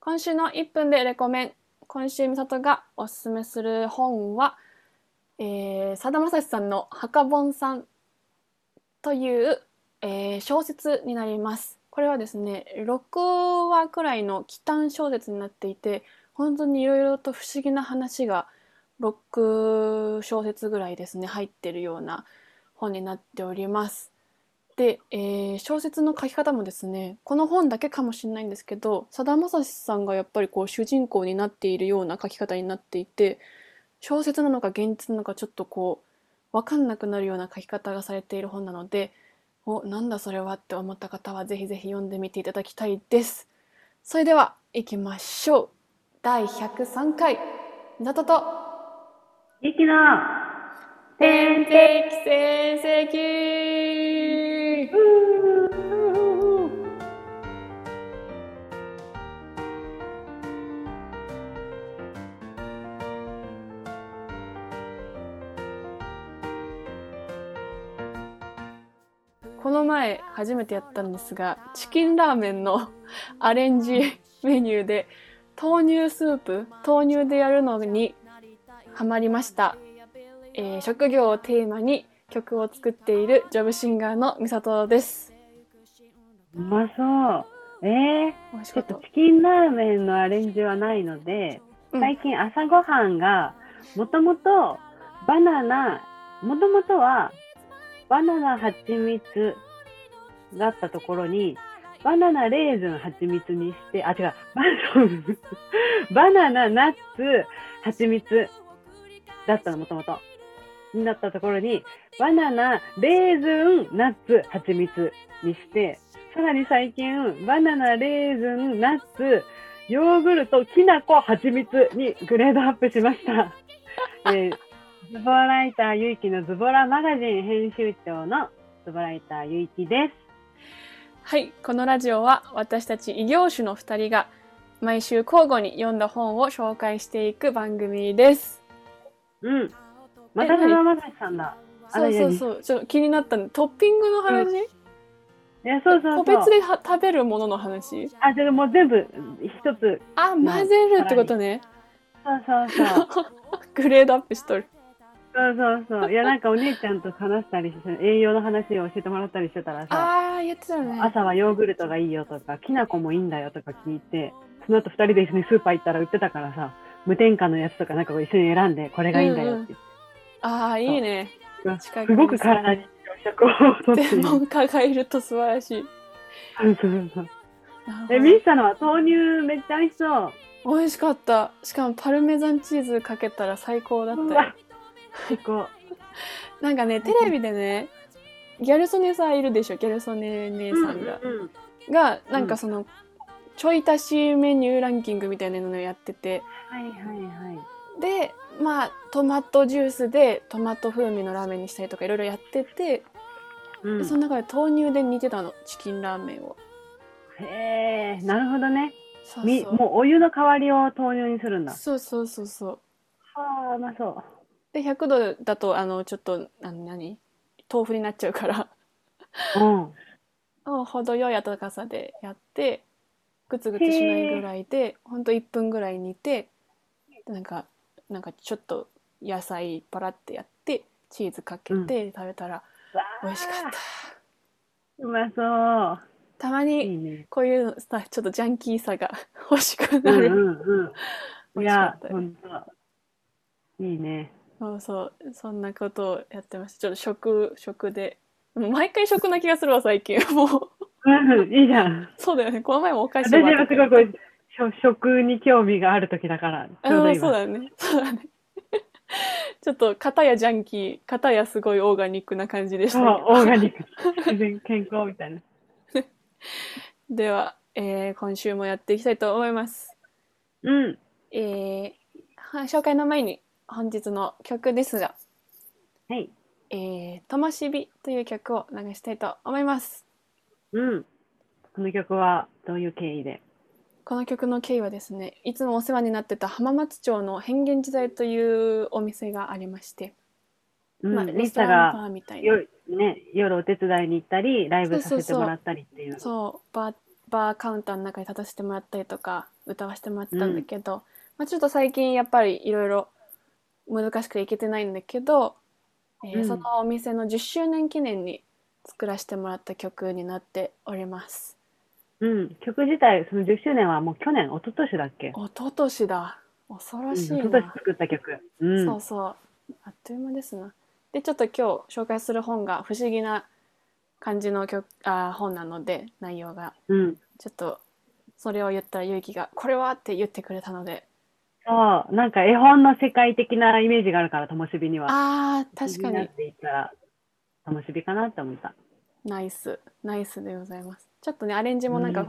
今週の1分でレコメン今週美里がおすすめする本はえーさだまさしさんの「墓本さん」という、えー小説になりますこれはですね6話くらいの奇譚小説になっていて本当にいろいろと不思議な話が6小節ぐらいですね入ってるような本になっております。で、えー小説の書き方もですねこの本だけかもしれないんですけどさだまさしさんがやっぱりこう主人公になっているような書き方になっていて小説なのか現実なのかちょっとこう分かんなくなるような書き方がされている本なのでおなんだそれはって思った方はぜひぜひ読んでみていただきたいです。それでは行きましょう第103回「みさととゆきの天敵戦績この前初めてやったんですがチキンラーメンの アレンジメニューで豆乳スープ豆乳でやるのにハマりました、えー職業をテーマに曲を作っているジョブシンガーのみさとですうまそう。え美味しー、ちかょっったと チキンラーメンのアレンジはないので、うん最近朝ごはんがもともとバナナ、もともとはバナナ蜂蜜だったところに、バナナレーズン蜂蜜にして、あ、違う、 バナバナナナッツ蜂蜜だったの、もともと。になったところに、バナナ、レーズン、ナッツ、蜂蜜にして、さらに最近、バナナ、レーズン、ナッツ、ヨーグルト、きな粉、蜂蜜にグレードアップしま した。えーズボラライターゆいきのズボラマガジン編集長のズボラライターゆいきです。はい、このラジオは私たち異業種の2人が毎週交互に読んだ本を紹介していく番組です。うん。またえさ何だまさしさんだ。あそうそうそう、ちょっと気になったんで、トッピングの話、いや、そうそうそ個う。別では食べるものの話あ、じゃあもう全部、一つ。あ、混ぜるってことね。そうそうそう。 グレードアップしとる。そうそうそう。いや、なんかお姉ちゃんと話したりして、栄養の話を教えてもらったりしてたらさ、あー、やってたね。朝はヨーグルトがいいよとか、きな粉もいいんだよとか聞いて、その後二人で一緒にスーパー行ったら売ってたからさ、無添加のやつとかなんかこう一緒に選んで、これがいいんだよってあー、いいね。言って、近くすごく体に養殖をとって専る。そう門家がいると素晴らしい。そうそう。なえ、るミスタのは豆乳めっちゃ美味しそう。ほど美味しかった。しかもパルメザンチーズかけたら最高だったうよわ。最高。なんかねテレビでねギャル曽根さんいるでしょギャル曽根姉さんが、うんがなんかそのちょい足しメニューランキングみたいなのをやっててはいはいはい。でまあトマトジュースでトマト風味のラーメンにしたりとかいろいろやってて、うでんその中で豆乳で煮てたのチキンラーメンをへえ、なるほどね。そうみ、そうもうお湯の代わりを豆乳にするんだ。そうそうそうそうああ、うまそう。で100度だとあのちょっとあの何豆腐になっちゃうから うん。程よい温かさでやってグツグツしないぐらいでほんと1分ぐらい煮てなんかなんかちょっと野菜パラってやってチーズかけて食べたら美味しかった、うまそたまう。いいにね。こういうのさちょっとジャンキーさが 欲しくうなんうる、んうん。い 美味しかっやた、よ本当。いいね。そうそうそんなことをやってましたちょっと食食でもう毎回食な気がするわ最近 もううん、いいじゃん。そうだよねこの前もお菓子私はすもらっごく食食に興味がある時だから。ちたうょうどん今そうだよねそうだね ちょっと片やジャンキー片やすごいオーガニックな感じでしたそけうど、オーガニック。自然健康みたいな。では、えー今週もやっていきたいと思います。うん。えーは紹介の前に本日の曲ですがはい。 「えーともしび」という曲を流したいと思います。うん。この曲はどういう経緯でこの曲の経緯はですねいつもお世話になってた浜松町の変幻時代というお店がありまして、うん、まあ、リレスサトランバがーみたいな夜,、ね、夜お手伝いに行ったり、ライブさせてもらったりっていう。そうバーバーカウンターの中に立たせてもらったりとか歌わせてもらってたんだけど、まあ、ちょっと最近やっぱりいろいろ難しくて行けてないんだけど、えーうんそのお店の10周年記念に作らせてもらった曲になっております。うん、曲自体、その10周年はもう去年、一昨年だっけ一昨年だ恐うろん、しいな、一昨年作った曲。うん。そうそうあっという間ですな。でちょっと今日紹介する本が不思議な感じの曲あー本なので内容がうん。ちょっとそれを言ったら勇気が「これは!」って言ってくれたのでそう、なんか絵本の世界的なイメージがあるから、ともしびには。あー確か気になっにていったら、ともしびかなって思った。ナイスナイスでございますちょっとねアレンジもなんうかん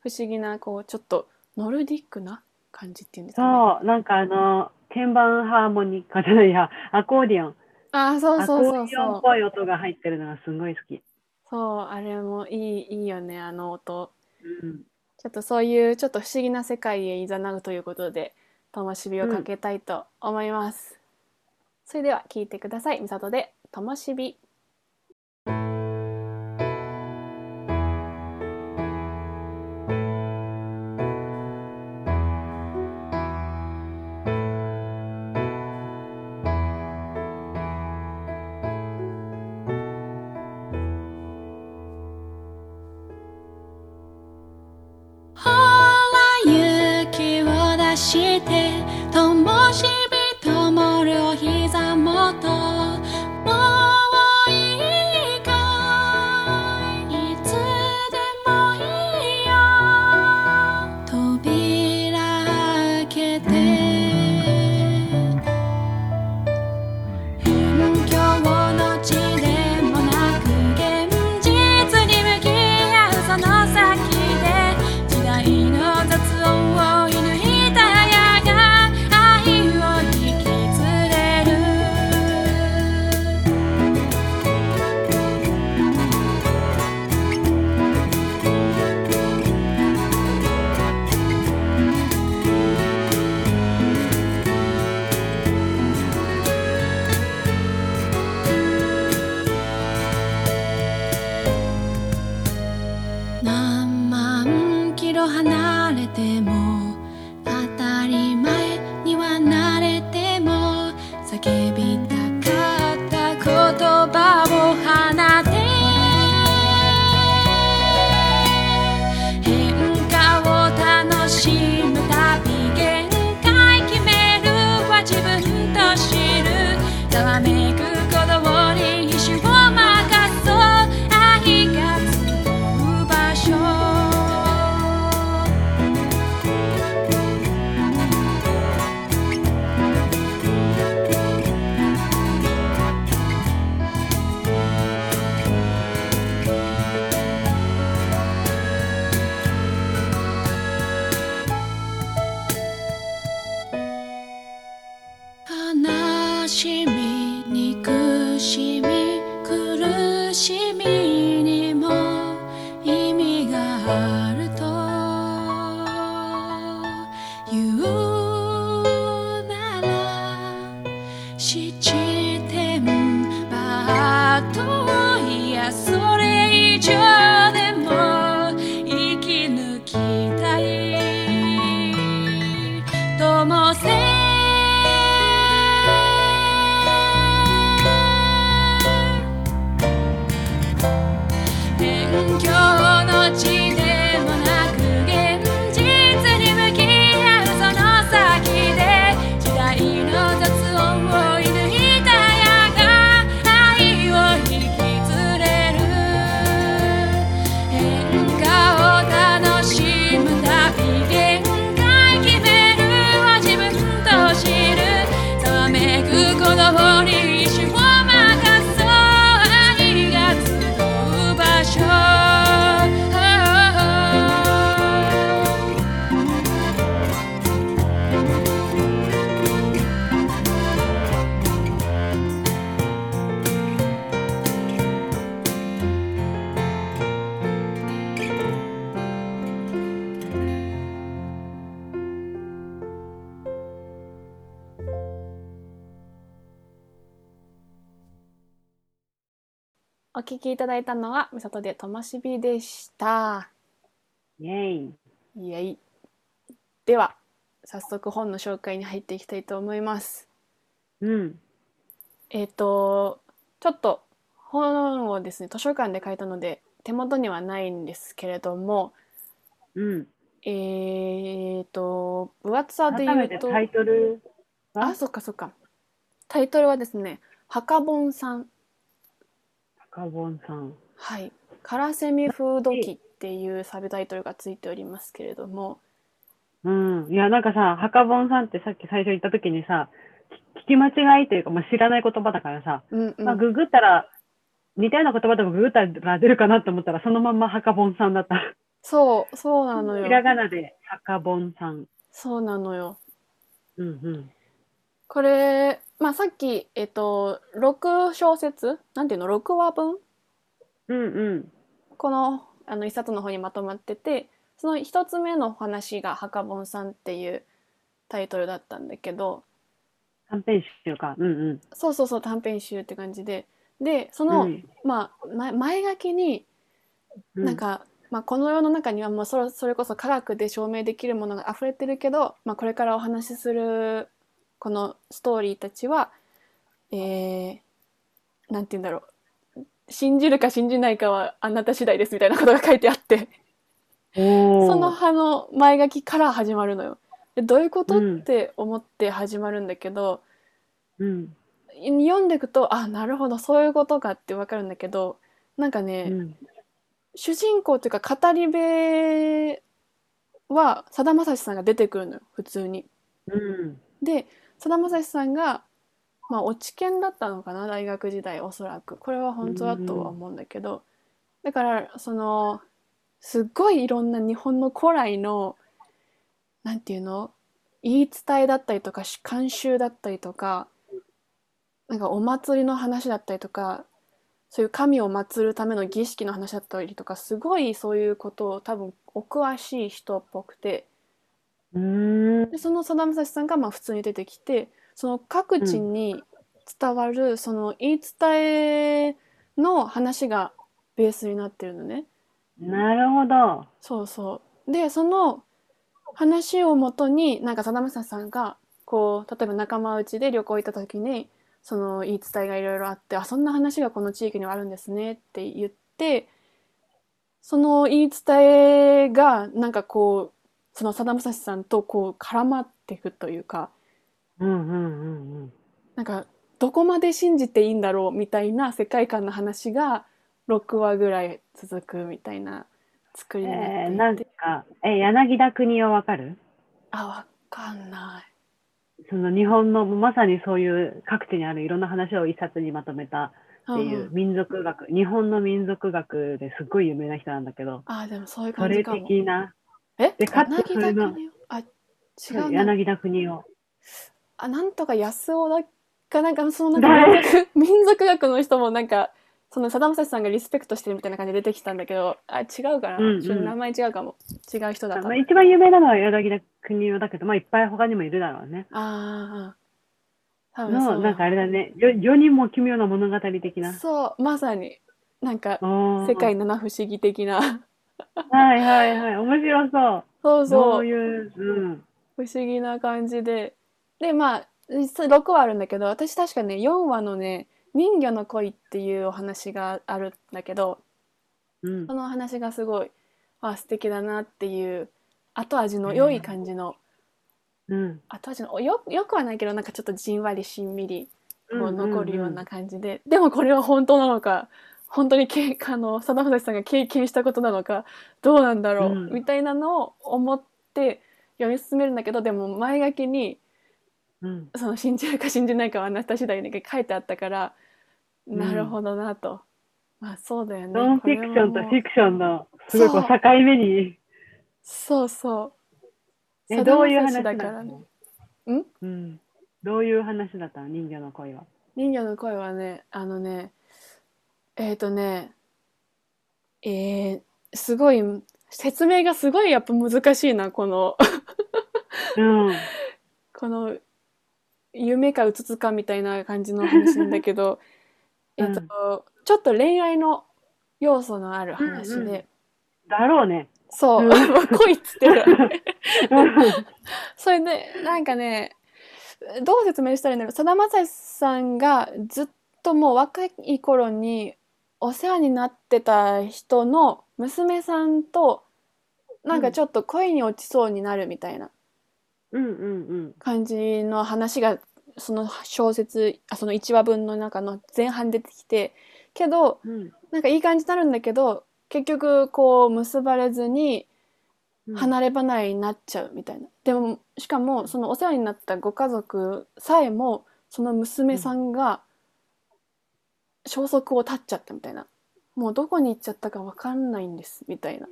不思議なこうちょっとノルディックな感じっていうんですか、ね、そう、なんかあの、鍵盤ハーモニカじゃないや、アコーディオン。あーそうそうそアコーうディオンそっうぽい音が入ってるのがすごい好き。そうあれもいいいいよねあの音うん。ちょっとそういうちょっと不思議な世界へ誘うということで灯火をかけたいと思います、それでは聞いてくださいみさとで灯火ほら勇気を出して灯火灯るお膝元もういいかいいつでもいいよ扉開けて遠鏡の地でもなく現実に向き合うその先で時代の雑音を射抜いた矢が愛を引き連れる何万キロ離れても当たり前には慣れても叫びたかった言葉を放て変化を楽しむ旅限界決めるは自分と知るざわめく鼓動に意志を任そう愛が集う場所悲しみ憎しみ苦しみにも意味があると言うなら七点バートいやそれ以上でも息抜きたいともせ勉強の地でもなく現実に向き合うその先で時代の雑音を射抜いた矢が愛を引き連れる変化を楽しむ旅限界決めるは自分と知るざわめく鼓動に意志を任そう愛が集う場所お聞きいただいたのはみさとで灯火でしたイェイ。イエイでは早速本の紹介に入っていきたいと思いますうん。えっ、とちょっと本をですね図書館で書いたので手元にはないんですけれどもうん。えー、と分厚さで改言めうてとタイトルはあそっかそっかタイトルはですね「ハカボンさん」赤ボンさん。はい「カラセミフード記」っていうサブタイトルがついておりますけれどもうん。いや、なんかさ、赤ボンさんってさっき最初言った時にさ、き聞き間違いというか、まあ、知らない言葉だからさ、うんうん、まあ、ググったら、似たような言葉でもググったら出るかなと思ったら、そのまんま赤ボンさんだった。そうそうなのひらよがなで赤ボンさん。そうなのようんうん。これ、まあ、さっき、えっと、6小節なんていうの6話分うんうん。このあの一冊の方にまとまっててその一つ目のお話が「ハカボンさん」っていうタイトルだったんだけど短編集か。うんうん。そうそうそう短編集って感じででそうの、んまあ、ま前書きにうなんか、まあ、この世の中にはもうそれそれこそ科学で証明できるものが溢れてるけど、まあ、これからお話しするこのストーリーたちは、えー、なんて言うんだろう信じるか信じないかはあなた次第ですみたいなことが書いてあっておーその派の前書きから始まるのよ。でどういうこと、うんって思って始まるんだけどうん読んでいくとあなるほどそういうことかってわかるんだけどなんかね、うん主人公というか語り部はさだまさしさんが出てくるのよ普通に。うんでさだまさしさんがまあ落研だったのかな大学時代おそらくこれは本当だとは思うんだけど、だからそのすっごいいろんな日本の古来のなんていうの言い伝えだったりとか慣習だったりとかなんかお祭りの話だったりとかそういう神を祀るための儀式の話だったりとかすごいそういうことを多分お詳しい人っぽくて。うんでそのさだまさしさんがまあ普通に出てきてその各地に伝わるその言い伝えの話がベースになってるのね。なるほど。そうそうでその話をもとになんかさだまさしさんがこう例えば仲間内で旅行行った時にその言い伝えがいろいろあってあそんな話がこの地域にはあるんですねって言ってその言い伝えがなんかこうそのさだまさしさんとこう絡まっていくというかうんうんうんうん。なんかどこまで信じていいんだろうみたいな世界観の話が6話ぐらい続くみたいな作りになっていて。えー、なんか、え、柳田国はわかるあ、わかんない。その日本のまさにそういう各地にあるいろんな話を一冊にまとめたっていんうん民族学、日本の民族学ですごい有名な人なんだけど、あ、でもそういうそ感じれかも。的な、え、でかつ柳それ田の国あ、違うな。柳田国を。あ、なんとか安尾だっかなんかそのなんか誰民族 民族学の人もなんかそのさだまさしさんがリスペクトしてるみたいな感じで出てきたんだけど、あ、違うかな。うんうんちょっと名前違うかも。違う人だった。まあ、あ一番有名なのは柳田国をだけど、まあ、いっぱい他にもいるだろうね。あー、多分その、うなんかあれだね、よ世にも奇妙な物語的な。そう、まさになんか世世界七不思議的な。 はいはいはい。面白そう。そうそう。そういう、うん。不思議な感じででまあ実際6話あるんだけど私確かね4話のね「人魚の恋」っていうお話があるんだけどうんそ。のお話がすごいあ素敵だなっていう後味の良い感じの、うん。後味のよよくはないけどなんかちょっとじんわりしんみりこう残るよううんうんうんな感じで、でもこれは本当なのか本当にけあのさだまさしさんが経験したことなのかどうなんだろう、うんみたいなのを思って読み進めるんだけどでも前書きにうん。その信じるか信じないかはあなた次第だけ書いてあったから、うんなるほどなとまあそうだよねノンフィクションこれはともうフィクションの、すごいこう境目に、そうそうえ、どういう話さだまさだっしたからねのうん。どういう話だったの人魚の恋は。人魚の声はねあのねえっ、とねえー、すごい説明がすごいやっぱ難しいなこの うん。この夢かうつつかみたいな感じの話なんだけど、 うんえっとちょっと恋愛の要素のある話で、 うんうんだろうね。そう、うん来いっつってる。それで、なんかね、どう説明したらいいんだろう。さだまさしさんがずっともう若い頃にお世話になってた人の娘さんと、なんかちょっと恋に落ちそうになるみたいなうんうん感じの話が、その小説、あその1話分の中の前半出てきて、けど、うんうんなんかいい感じになるんだけど、結局こう結ばれずに、うん。離れ離れになっちゃうみたいなでもしかもそのお世話になったご家族さえもその娘さんが消息を絶っちゃったみたいなもうどこに行っちゃったか分かんないんですみたいな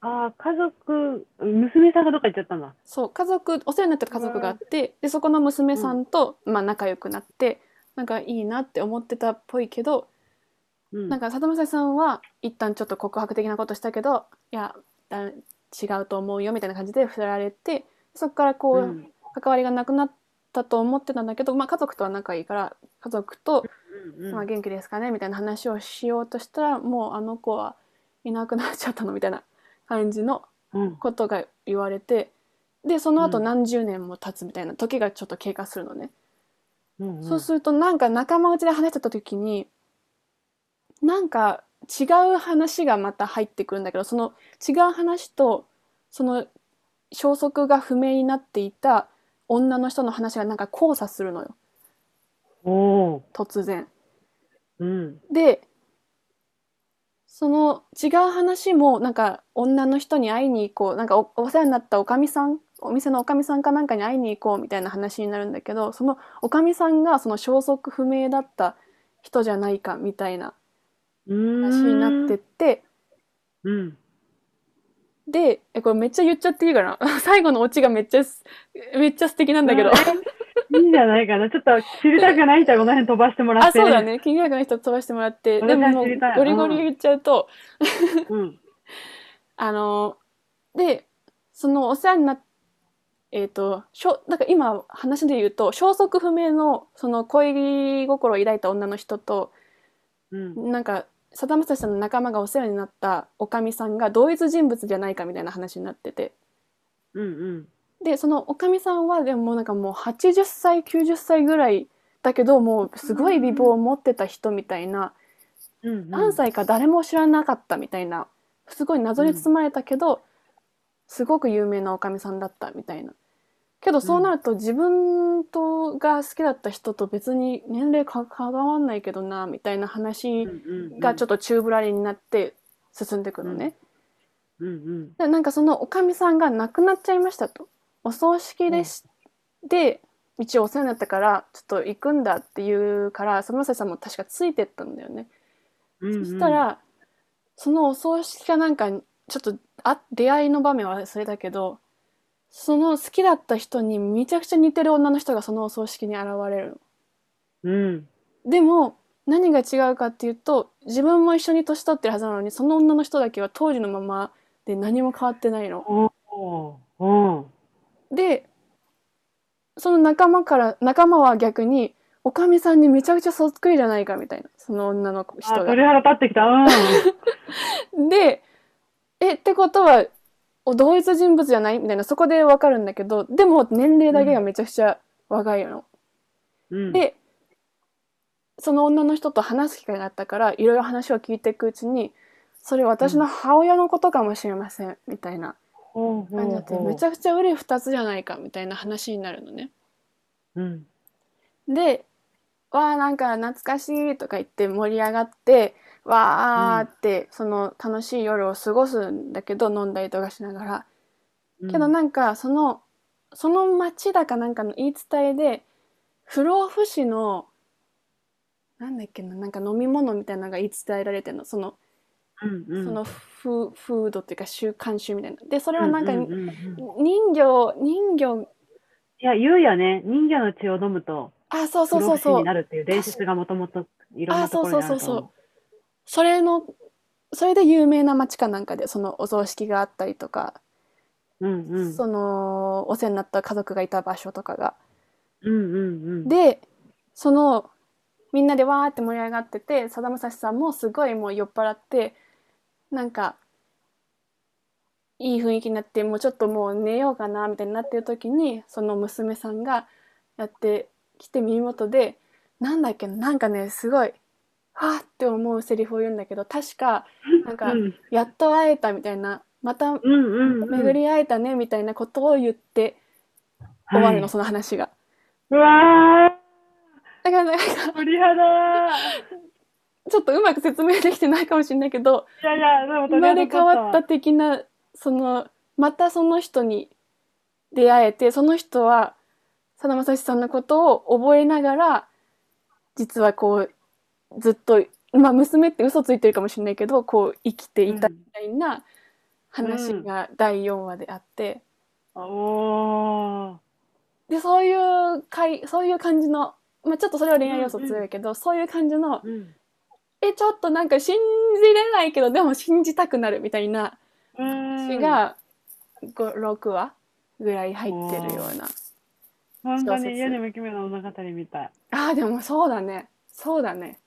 ああ、家族、娘さんがどっか行っちゃったんだ。そう家族お世話になってる家族があってでそこの娘さんと、まあ、仲良くなってなんかいいなって思ってたっぽいけどうん。なんか里正さんは一旦ちょっと告白的なことしたけどいやだ違うと思うよみたいな感じで振られてそこからこう、うん関わりがなくなったと思ってたんだけど、まあ、家族とは仲いいから家族と、うんうんまあ、元気ですかねみたいな話をしようとしたらもうあの子はいなくなっちゃったのみたいな感じのうんことが言われてでその後うん何十年も経つみたいな時がちょっと経過するのね、うんうんそうするとなんか仲間内で話してた時になんか違う話がまた入ってくるんだけどその違う話とその消息が不明になっていた女の人の話がなんか交差するのよおお。突然。うん。でその違う話もなんか女の人に会いに行こうなんかおお世話になったおかみさんお店のおかみさんかなんかに会いに行こうみたいな話になるんだけどそのおかみさんがその消息不明だった人じゃないかみたいなうーん。話になってってうん。でえこれめっちゃ言っちゃっていいかな 最後のオチがめっちゃすめっちゃ素敵なんだけどう。んいいんじゃないかな。ちょっと知りたくない人はこの辺飛ばしてもらあ、って。そうだ。ね。気になる人飛ばしてもらって。でももう私は知りたいゴリゴリ言っちゃうと、うん。あのでそのお世話になっえっ、としょなんか今話で言うと消息不明のその恋心を抱いた女の人とうん。なんかさだまさしさんの仲間がお世話になったおかみさんが同一人物じゃないかみたいな話になっててうんうん。でそのおかみさんはでももうなんかもう80歳90歳ぐらいだけどもうすごい美貌を持ってた人みたいなうんうん。何歳か誰も知らなかったみたいなすごい謎に包まれたけど、すごく有名なおかみさんだったみたいなけどそうなると自分とが好きだった人と別に年齢か関わんないけどなみたいな話がちょっっと宙ぶらりんになって進んでくのね、と。うんうん。でなんかそのおかみさんが亡くなっちゃいましたとお葬式でし、で一応お世話になったからちょっと行くんだっていうから佐野さんも確かついてったんだよねうんうんそした、らそのお葬式かなんかにちょっとあ出会いの場面は忘れたけどその好きだった人にめちゃくちゃ似てる女の人がそのお葬式に現れるうん。の。でも何が違うかっていうと自分も一緒に年取ってるはずなのにその女の人だけは当時のままで何も変わってないの。おお。おお。でその仲間から仲間は逆に「おかみさんにめちゃくちゃそっくりじゃないか」みたいなその女の子あ、人が鳥。肌立ってきた。うん。でえってことはお同一人物じゃないみたいなそこでわかるんだけどでも年齢だけがめちゃくちゃ若いの。う ん、でその女の人と話す機会があったからいろいろ話を聞いていくうちに「それ私の母親のことかもしれません」みたいなほうほう感じになってほうめちゃくちゃ憂い二つじゃないかみたいな話になるのね。うん。で「わあなんか懐かしい」とか言って盛り上がって「わあ」って、その楽しい夜を過ごすんだけど飲んだりとかしながら。うんけど、なんかそのその町だかなんかの言い伝えで不老不死のなんだっけななんか飲み物みたいなのが言い伝えられてるのその,、うんうん、そのフフードっていうか習慣習みたいなでそれはなんか、うううんうん人魚人魚いや、言うよね。人魚の血を飲むと、あそうそうそう不老不死そうになるっていう伝説がもともといろんなところにあそあると思う。うそうそうそうそれのそれで有名な町かなんかでそのお葬式があったりとか、うんうん。そのお世話になった家族がいた場所とかがうんうんうん。、でそのみんなでわーって盛り上がっててさだまさしさんもすごいもう酔っ払ってなんかいい雰囲気になってもうちょっともう寝ようかなみたいになってる時にその娘さんがやってきて耳元でなんだっけなんかねすごい「はあ」って思うセリフを言うんだけど確かなんかうん「やっと会えた」みたいな「またうんうん。巡り会えたね」みたいなことを言って終わるの、はいその話が。うわだからなんかー、鳥肌ー。ちょっとうまく説明できてないかもしれないけどいやいや、でも生まれ変わった。的なそのまたその人に出会えてその人はさだまさしさんのことを覚えながら実はこうずっと、まあ、娘って嘘ついてるかもしれないけどこう生きていたみたいな話が第4話であって、おー。でそういう回そういう感じの、まあ、ちょっとそれは恋愛要素強いけど、そういう感じのうん。えちょっとなんか信じれないけどでも信じたくなるみたいな。うん詩が6話ぐらい入ってるような本当小説に家でも奇妙な物語みたい。あーでもそうだねそうだね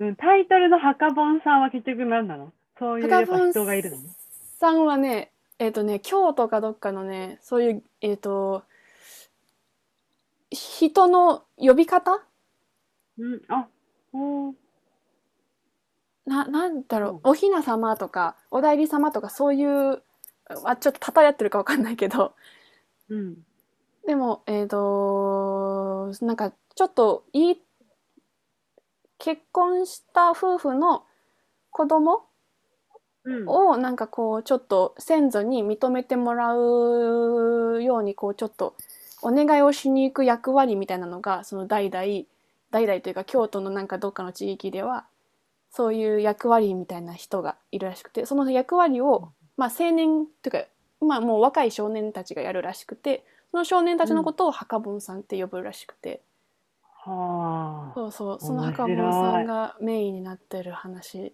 うん、タイトルの墓本さんは結局何なのそういうやっぱ人がいるのさんはねえっ、とね京都かどっかのねそういうえっ、と人の呼び方うん、あ、おーななんだろうおひな様とかお代理様とかそういうあちょっとたたやってるかわかんないけどうん。でも、えっ、と、なんか、ちょっと、いい、結婚した夫婦の子供うん。を、なんかこう、ちょっと先祖に認めてもらうように、こう、ちょっと、お願いをしに行く役割みたいなのが、その代々、代々というか、京都のなんかどっかの地域では、そういう役割みたいな人がいるらしくて、その役割を、まあ、青年というか、まあ、もう若い少年たちがやるらしくて、その少年たちのことを墓本さんって呼ぶらしくて、はあ。そうそう、その面墓白い本さんがメインになってる話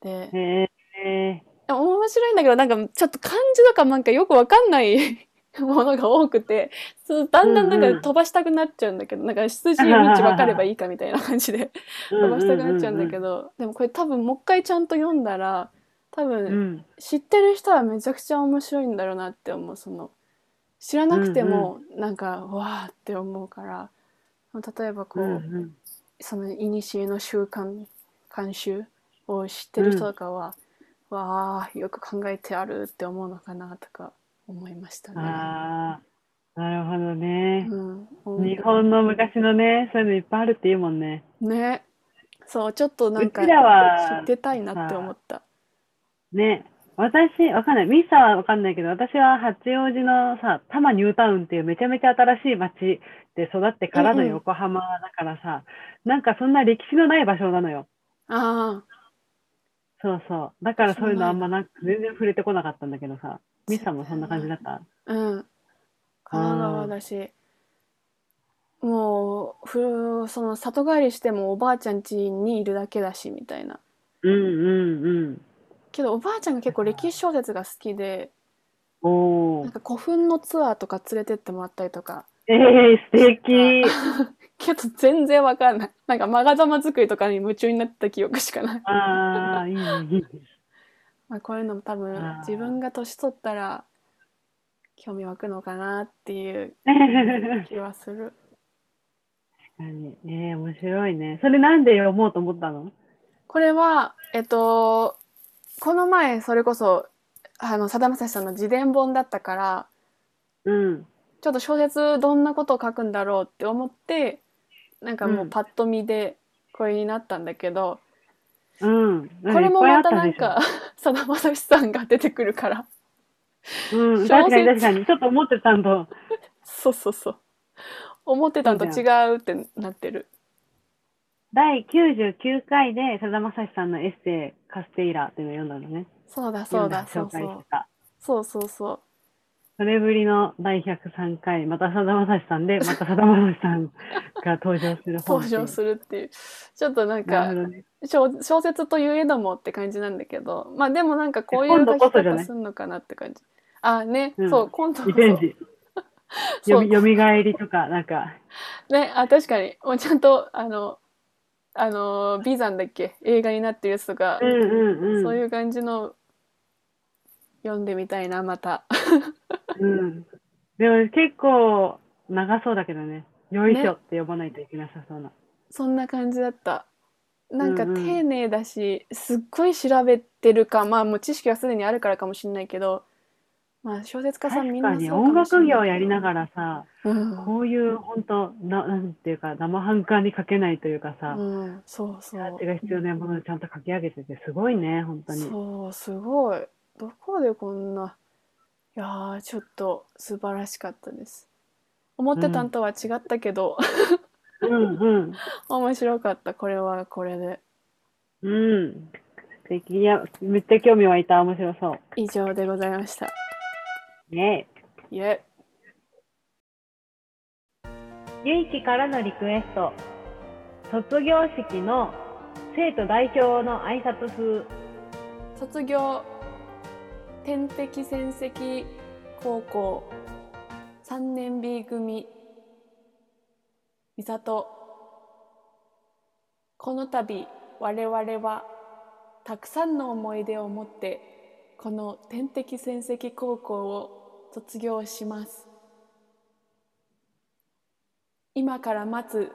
で、へえ。でも面白いんだけど、なんかちょっと漢字とかなんかよくわかんない ものが多くて、そうだんだんなうんんうかん飛ばしたくなっちゃうんだけど、なんか数字道分かればいいかみたいな感じで飛ばしたくなっちゃうんだけど。ど、でもこれ多分もう一回ちゃんと読んだら、多う分ん。知ってる人はめちゃくちゃ面白いんだろうなって思う、その、知らなくてもなんか、うわーって思うから、例えばこうう、んうん。その古の習慣慣習を知ってる人とかは、わあよく考えてあるって思うのかなとか思いましたね。ああ、なるほどね。うん、日本の昔のね、そういうのいっぱいあるっていいもんね。ねそうちょっとなんかう知ちらはってたいなって思った。ね。私、わかんない。ミサはわかんないけど、私は八王子のさ、多摩ニュータウンっていうめちゃめちゃ新しい町で育ってからのうんうん横浜だからさ、なんかそんな歴史のない場所なのよ。あそうそう。だからそういうのあんまなく、全然触れてこなかったんだけどさ、ミサもそんな感じだった。あうん神奈川だしもうふその里帰りしてもおばあちゃん家にいるだけだしみたいな。うんうんうん。けどおばあちゃんが結構歴史小説が好きで。おなんー。か古墳のツアーとか連れてってもらったりとかえー、素敵。けど全然わかんないなんかマガザマ作りとかに夢中になった記憶しかない、ああ、いいね、いいね。 まあ、こういうのも多あー分自分が年取ったら興味湧くのかなっていう確気はするかに。えー、面白いね。それなんで読もうと思ったのこれはえっとこの前それこそあのさだまさしさんの自伝本だったからうん。ちょっと小説どんなことを書くんだろうって思ってなんかもうパッと見でこれになったんだけど、うん。これもまたいっぱないあんっでしょか、 さだまさしさんが出てくるから。 う小ん、説確かに確かに。ちょっと思ってたんと。そうそうそう。思ってたのと違うってなってる。第99回で、さだまさしさんのエッセイ、カステイラっていうのを読んだのね。そうだそうだ、そ読んうそ紹介しうて。た。そうそうそそれぶりの第103回、またさだまさしさん で、またさだまさしさんが登場するう。本登場るするっていう。ちょっとなんなかる、ほどね。小小説というえどもって感じなんだけど、まあでもなんかこうい今う度書こきそじゃ方ないすんのかなって感じ。あ、ね、うんそう、今度こリベ ンそ。そジ。うよみよみがえりとか、なんか、ね、あ、確かに。もうちゃんと、あの、あの、ビザンだっけ映画になってるやつとか、うんうんうん。そういう感じの読んでみたいなまた うん。でも結構長そうだけどね。よいしょって呼ばないといけなさそうな。そんな感じだったなんかうんうん丁寧だし、すっごい調べてるかまあもう知識がすでにあるからかもしれないけどまあ小説家さんみ確んなかそうにかもしれ音ない楽業やりながらさ、うん、こういう本当な、なんていうか、生半可に書けないというかさ、うん、そうそう手が必要なものをちゃんと書き上げてて、すごいね、本当に。そうすごいどこでこんないやーちょっと素晴らしかったです思ってたんとは違ったけど、 うん、面白かったこれはこれでうん。うん。素敵。いや、めっちゃ興味湧いた。面白そ以上でございましたう。ねイエゆいきからのリクエスト。卒業式の生徒代表の挨拶風。卒業天敵戦績高校3年 B 組美里この度我々はたくさんの思い出を持ってこの天敵戦績高校を卒業します今から待つ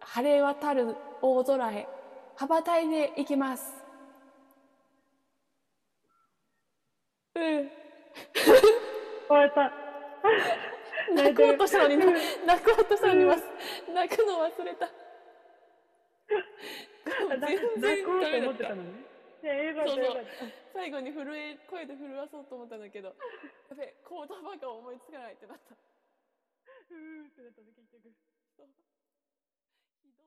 晴れ渡る大空へ羽ばたいでいきますうんこうやった。泣こうとしたのにな泣こうとしたのに忘泣くの忘れた泣全然こうダとメだ思っってたたのね。いや、よかった、そうそうよかっ最後に震え声で震わそうと思ったんだけどやべえ言葉が思いつかないってなったた。うーってなったね、結局。ひどい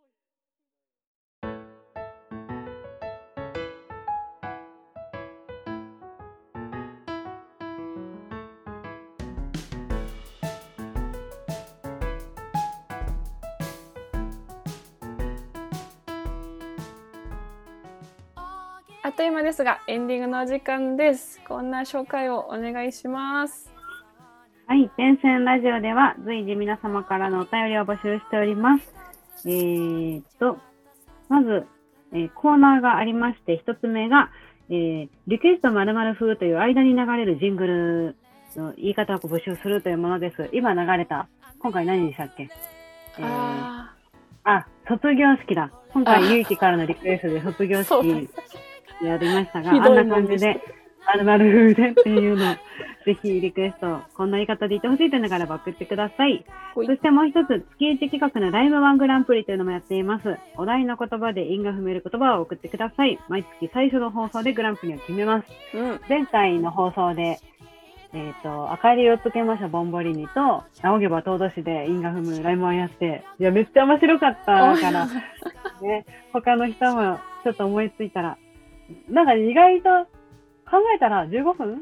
あっという間ですがエンディングのお時間ですこんな紹介をお願いしますはい、天線ラジオでは随時皆様からのお便りを募集しております。えーっと、まず、えーコーナーがありまして、一つ目が、えーリクエスト〇〇風という間に流れるジングルの言い方を募集するというものです。今流れた。今回何でしたっけえーああ、卒業式だ。今回あ、ゆうきからのリクエストで卒業そう式やりましたが、ひあどいんなもん感でじしたで、まるまる風でっていうのを、ぜひリクエスト、こんな言い方で言ってほしいというのがあれば送ってください。ほそいしてもう一つ、月1企画のライブワングランプリというのもやっています。お題の言葉で因果踏める言葉を送ってください。毎月最初の放送でグランプリを決めます。ーうん前回の放送で、えっ、と、明かりをつけましたボンボリーニと、仰げば遠出しで因果踏むライモンやって、いや、めっちゃ面白かったから、ね、他の人もちょっと思いついたら、なんか意外と考えたら15分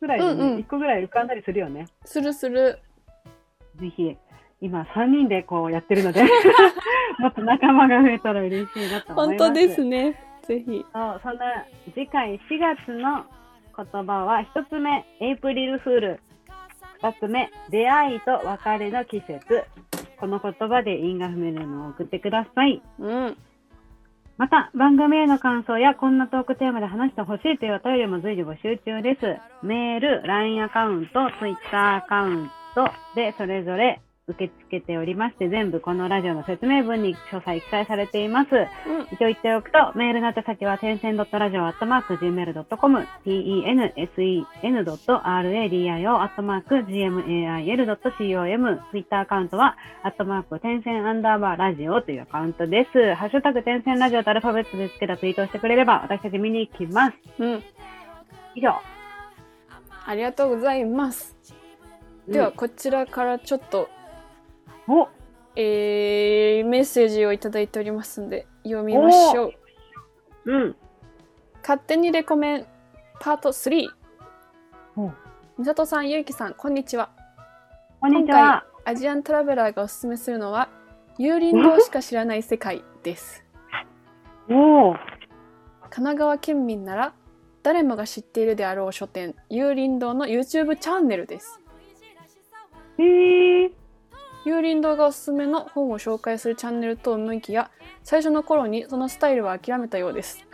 ぐらいでね、うんうん1個ぐらい浮かんだりするよね。するするぜひ、今3人でこうやってる ので、もっと仲間が増えたら嬉しいなと思本います。当ですねぜひそうそんな次回4月の言葉は1つ目エイプリルフール2つ目出会いと別れの季節この言葉で因果踏めるのを送ってくださいうんまた番組への感想やこんなトークテーマで話してほしいというお便りも随時募集中ですメール LINE アカウント Twitter アカウントでそれぞれ受け付けておりまして全部このラジオの説明文に詳細記載されていますうん一応言っておくと、メールの宛先は、天線 .radio.gmail.com、ten.sen.radio.gmail.com、ツイッターアカウントは、アットマーク、天線アンダーバーラジオというアカウントです。ハッシュタグ、天線ラジオとアルファベットでつけたツイートをしてくれれば、私たち見に行きます。うん以上。ありがとうございますでは、こちらからちょっと、うん、おえーメッセージをいただいておりますので読みましょううん。勝手にレコメンパート3おみさとさんゆうきさんこんにちはこんにちは。アジアントラベラーがおすすめするのは幽林堂しか知らない世界ですおー神奈川県民なら誰もが知っているであろう書店幽林堂の YouTube チャンネルですへえー。幽林堂がおすすめの本を紹介するチャンネルと思いきや最初の頃にそのスタイルは諦めたようです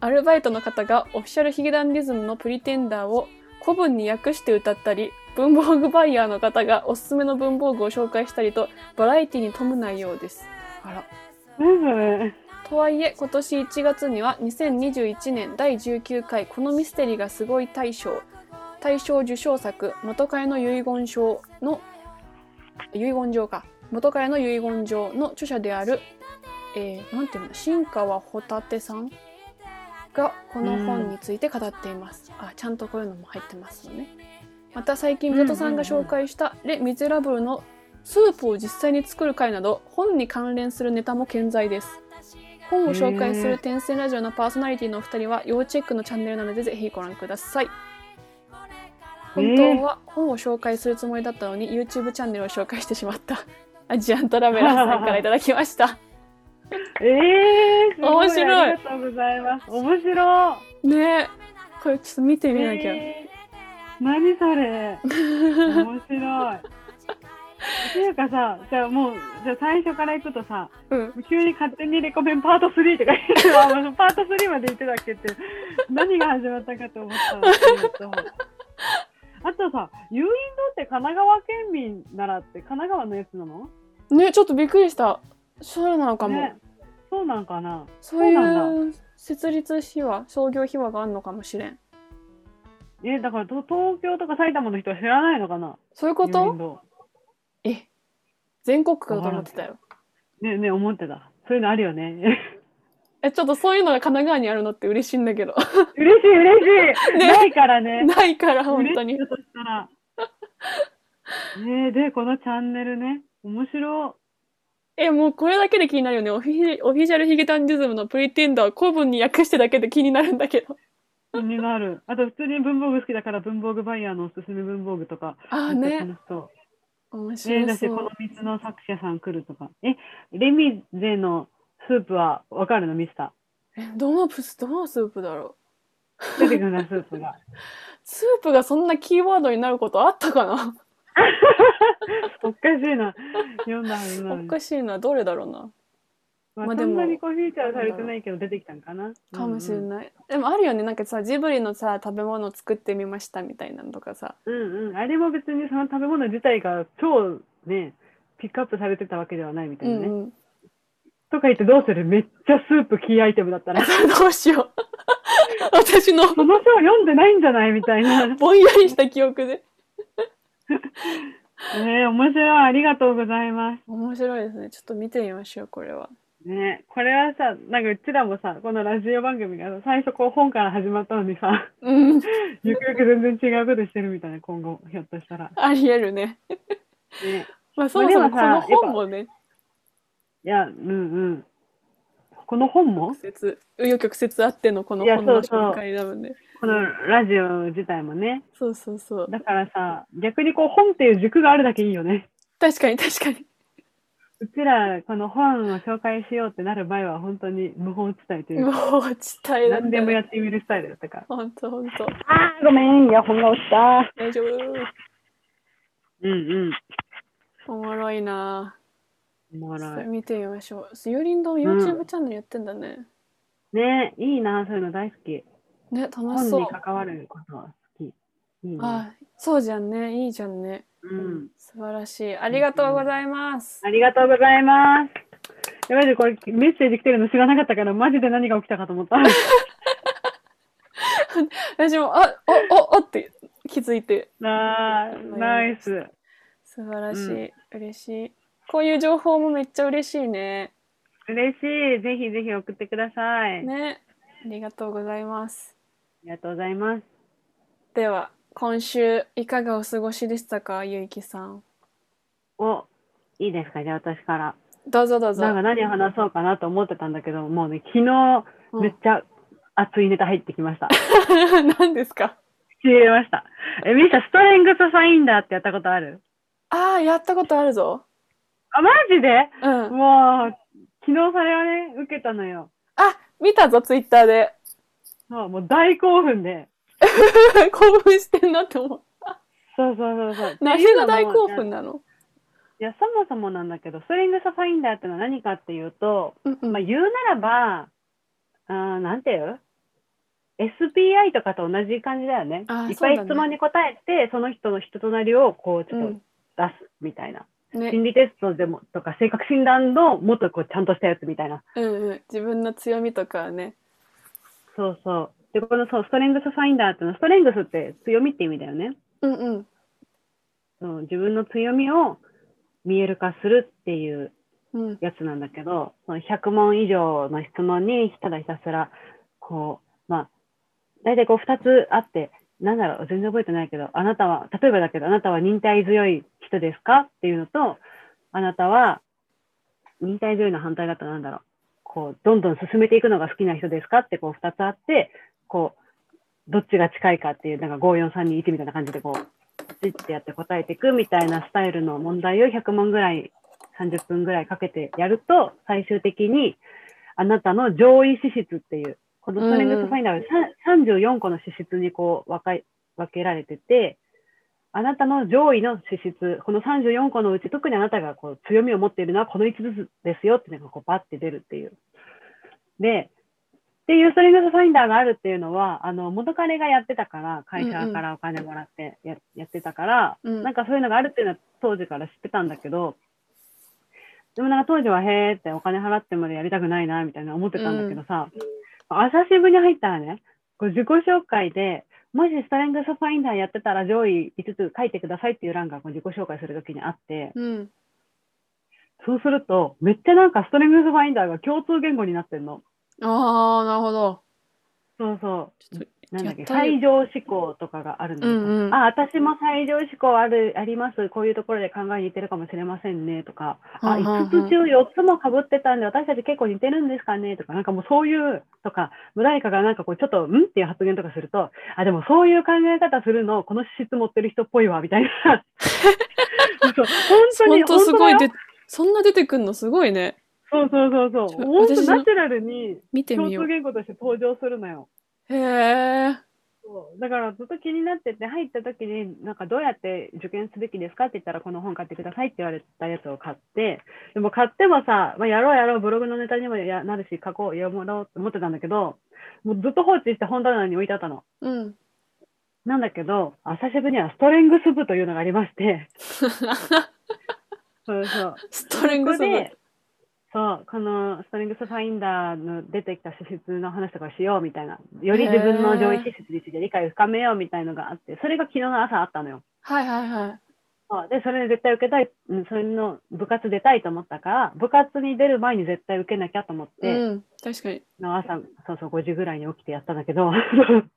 アルバイトの方がオフィシャルヒゲダンディズムのプリテンダーを古文に訳して歌ったり、文房具バイヤーの方がおすすめの文房具を紹介したりと、バラエティに富む内容です。あら。うん。とはいえ今年1月には2021年第19回このミステリーがすごい大賞大賞受賞作元彼の遺言書の遺言状か元彼の遺言状の著者である、えー、なんていうの新川ホタテさんがこの本について語っています、あちゃんとこういうのも入ってますよねまた最近水戸さんが紹介した「レ・ミゼラブル」のスープを実際に作る回など本に関連するネタも健在です本を紹介する天線ラジオのパーソナリティのお二人は要チェックのチャンネルなのでぜひご覧ください本当は本を紹介するつもりだったのに YouTube チャンネルを紹介してしまった アジアントラベラーさんからいただきましたええー、すご面白いありがとうございます。面白い。ねえこれちょっと見てみなきゃ、えー何それ。面白い。っていうかさ、じゃあもう、じゃあ最初から行くとさ、 うん急に勝手にレコメンパート3とか言ってたあのパート3まで言ってたっけって、何が始まったかと思ったんです けど。あとさ、誘引堂って神奈川県民ならって神奈川のやつなのねちょっとびっくりしたそうなのかも、ね、そうなんかなそういそうなう設立秘話創業秘話があるのかもしれんえ、だからと東京とか埼玉の人は知らないのかなそういうこ誘引と堂え全国区だと思ってたよねね、思ってた。そういうのあるよね。 えちょっとそういうのが神奈川にあるのって嬉しいんだけど嬉しい嬉しい、ないから ね。ないから本当嬉しいによそしたら。ねえで、このチャンネルね、面白えもうこれだけで気になるよねオフィオフィシャルヒゲダンディズムのプリテンダーを古文に訳してだけで気になるんだ けどい気になる。あと、普通に文房具好きだから、文房具バイヤーのおすすめ文房具とか、ああめっちゃね楽しそう。面ねえ白だし、そこうの3つの作者さん来るとか。え、レミゼのスープはわかるのミスタえどのプスどのスープだろー。出てくるな、スー プが。うスープがそんなキーワードになることあったかなおかしいな。読んだはずなのおに。かしいなどれだろうなまあ、まあでそもんなにこうフィーチャーされてないけど、出てきたんかな。かもしれい。ない、でもあるよねなんかさジブリのさ食べ物を作ってみましたみたいなのとかさうんうん、あれも別にその食べ物自体が超ね、ピックアップされてたわけではないみたういなね。んうんとか言ってどうするめっちゃスープキーアイテムだっ たら。どうしよう私のその章読んでないんじゃないみたいな。ねぼんやりした記憶でえ、面白い。ありがとうございま面白いですねちょっと見てみましょうこれはす。ねえこれはさ、なんかうちらもさ、このラジオ番組がさ最初こう本から始まったのに さ、うんゆくゆく全然違うことしてるみたいな、今後、ひょっとしたら。ありえるねねまあ、そもそもこまのあでもさやっぱ本もね、いや、うんうん。この本も曲折、紆余曲折あってのこのいや本のそうそう紹介なので。このラジオ自体もね。そうそうそう。だからさ、逆にこう本っていう軸があるだけいいよね。確かに確かに。うちら、この本を紹介しようってなる前は、本当に無法地帯というか、もう、地帯だった。何でもやってみるスタイルだったから。ほんとほんと。あー、ごめん、イヤホンが落ちた。大丈うんうん。夫。おもろいなおもぁ。そろれい。見てみましょう。すゆりんどん YouTube チャンネルやってんだね。ねいいな、そういうの大好き。ね、楽本しそうに。関わることは好き。いいね。あ、そうじゃんね。いいじゃんね。うん。素晴らしい。ありがとうございます。ありがとうございます。やばいこれメッセージ来てるの知らなかったから、マジで何が起きたかと 思った。私も、あ、お、お、おって気づいて。なー、ナイス。素晴らしうい。嬉しい。こういう情報もめっちゃ嬉しいね。嬉しい。ぜひぜひ送ってください。あね。ありがとうございます。りがとうございます。では今週いかがお過ごしでしたかゆいきさんお、いいですかじゃあ私から。どうぞどうぞなんか何話そうかなと思ってたんだけど、もうね、昨日うんめっちゃ熱いネタ入ってきました。 何ですか仕入れました。え、みーちゃん、ストレングスファインダーってやったことあるああやったことあるぞあ、マジでうんもう、昨日それをね、受けたのよ。あ見たぞツイッターで そう、もう大興奮で。興奮してんなって思うそうそうそうそう。 何が大興奮なのいや、そもそもなんだけど、ストレングスファインダーってのは何かっていうと、うんうんまあ、言うならば、あーなんていう SPI とかと同じ感じだよねあーいっぱいそうだね質問に答えてその人の人となりをこうちうょっとん出すみたいな、ね心理テストでもとか性格診断のもっとこうちゃんとしたやつみたいなうんうん、自分の強みとかねそうそうでこのそうストレングスファインダーってのはストレングスって強みって意味だよねうんうんそう自分の強みを見える化するっていううんやつなんだけど、その100問以上の質問にただひたすら、こう、まあ、大体こう2つあって、なんだろう、全然覚えてないけど、あなたは、例えばだけど、あなたは忍耐強い人ですかっていうのと、あなたは、忍耐強いの反対だったらなんだろう、こう、どんどん進めていくのが好きな人ですかってこう2つあって、こう、どっちが近いかっていう、なんか5、4、3、2、1みたいな感じでこう、スイッてやって答えていくみたいなスタイルの問題を100問ぐらい30分ぐらいかけてやると、最終的にあなたの上位資質っていう、このストレングスファインダーはさん34個の資質にこう分かい分けられてて、あなたの上位の資質、この34個のうち、特にあなたがこう強みを持っているのはこの5つですよっていうのがこうバッて出るっていう。で、っていうストレングスファインダーがあるっていうのは、あの元彼がやってたから、会社からお金もらってや,、やってたから、うんなんかそういうのがあるっていうのは当時から知ってたんだけど、でもなんか当時はへーってお金払ってまでやりたくないなみたいな思ってたんだけどさ、朝支部に入ったらね、こう自己紹介で、もしストレングスファインダーやってたら上位5つ書いてくださいっていう欄がこう自己紹介するときにあって、うんそうすると、めっちゃなんかストレングスファインダーが共通言語になってんの。ああなるほどそうそちょっう。なんだっけ、やったり最上志向とかがあるんだよねうんうんあ、私も最上志向ある、あります。こういうところで考え似てるかもしれませんね。とか、あ、うんうんうん5つ中4つも被ってたんで、私たち結構似てるんですかね。とか、なんかもうそういう、とか、誰かがなんかこう、ちょっと、んっていう発言とかすると、あ、でもそういう考え方するの、この資質持ってる人っぽいわ、みたい な。そう本当本に、当すごい本当だよでそんな出てくんのすごいねそうそうそうちそょう。本当私のナチュラルに見て共みよ通う言語として登場するのよ。へえそうだからずっと気になってて入った時になんかどうやって受験すべきですかって言ったらこの本買ってくださいって言われたやつを買ってでも買ってもさ、まあ、やろうやろうブログのネタにもやなるし書こう読もろうって思ってたんだけどもうずっと放置して本棚に置いてあったのうんなんだけど朝日部にはストレングス部というのがありましてそうそう ストレングここスもでそうこのストレングスファインダーの出てきた資質の話とかしようみたいなより自分の上位資質について理解を深めようみたいのがあってそれが昨日の朝あったのよはいはいはいそうでそれで絶対受けたい、うん、それの部活出たいと思ったから部活に出る前に絶対受けなきゃと思って、うん確かにの朝そうそう5時ぐらいに起きてやったんだけど5時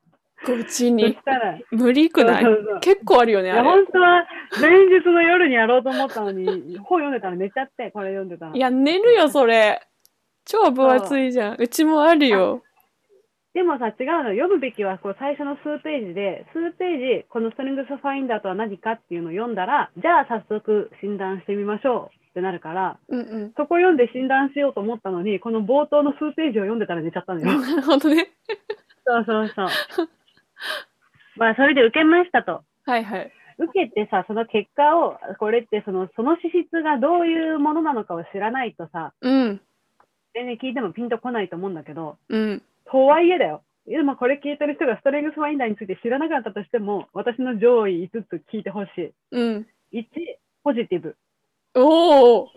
そしにたら無理くないそうそうそう結構あるよねいやあれ本当は前日の夜にやろうと思ったのに本読んでたら寝ちゃってこれ読んでたらいや寝るよそれ超分厚いじゃんうちもあるよでもさ、違うの。読むべきは、こう、最初の数ページで、数ページ、このストレングスファインダーとは何かっていうのを読んだら、じゃあ早速診断してみましょうってなるから、うんうんそこ読んで診断しようと思ったのに、この冒頭の数ページを読んでたら寝ちゃったのよ。 なるほどね そうそうそう。 まあ、それで受けましたと。はいはい受けてさ、その結果を、これってその、その資質がどういうものなのかを知らないとさ、うん全然聞いてもピンとこないと思うんだけど、うんとはいえだよ。今これ聞いてる人がストレングスファインダーについて知らなかったとしても、私の上位5つ聞いてほしうんい。1、ポジティブ。おお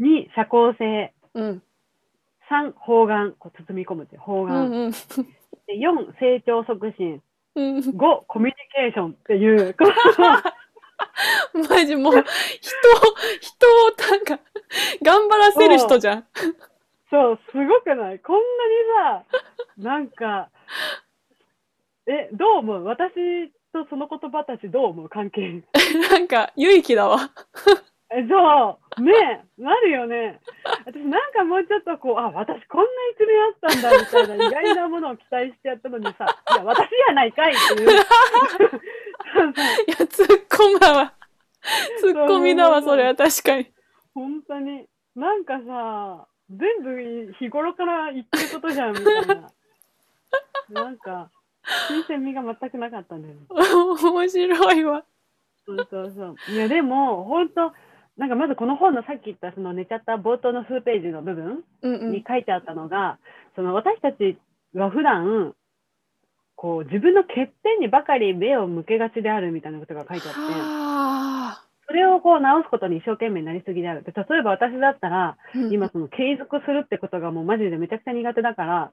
2、社交性。うん3、方眼。こう包み込むっていう方う眼。んうんで4、成長促進。うん5、コミュニケーションっていう。こマジもう、人を、人をなんか、頑張らせる人じゃん。そう、すごくないこんなにさ、なんか、え、どう思う私とその言葉たちどう思う関係。なんか、勇気だわ。えそう、ねえ、なるよね。私なんかもうちょっとこう、あ、私こんな一面あったんだみたいな意外なものを期待してやったのにさ、いや、私やないかいっていう。いや、ツッコむわ。ツッコミだわ、それは確かに。 本当に。なんかさ、全部日頃から言ってることじゃんみた いな。なんか、新鮮味が全くなかったんだよね。面白いわ。そうそうそう。いや、でも、本当なんかまずこの本のさっき言ったその寝ちゃった冒頭の数ページの部分うんうにん。書いてあったのが、その私たちは普段こう自分の欠点にばかり目を向けがちであるみたいなことが書いてあってはあ、それをこう直すことに一生懸命になりすぎであるで例えば私だったらうん今その継続するってことがもうマジでめちゃくちゃ苦手だから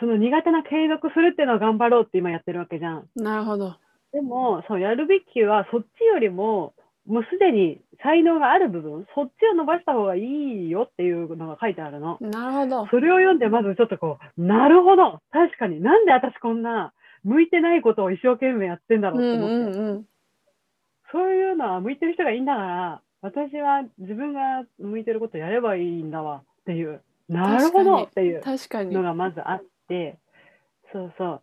その苦手な継続するっていうのを頑張ろうって今やってるわけじゃんなるほど。でもそうやるべきはそっちよりももうすでに才能がある部分そっちを伸ばした方がいいよっていうのが書いてあるのなるほど。それを読んで、まずちょっとこう、なるほど確かになんで私こんな、向いてないことを一生懸命やってんだろううとん思って、うんうん。そういうのは向いてる人がいいんだから、私は自分が向いてることやればいいんだわっていう、なるほどっていう確かにの。がまずあって、そうそう。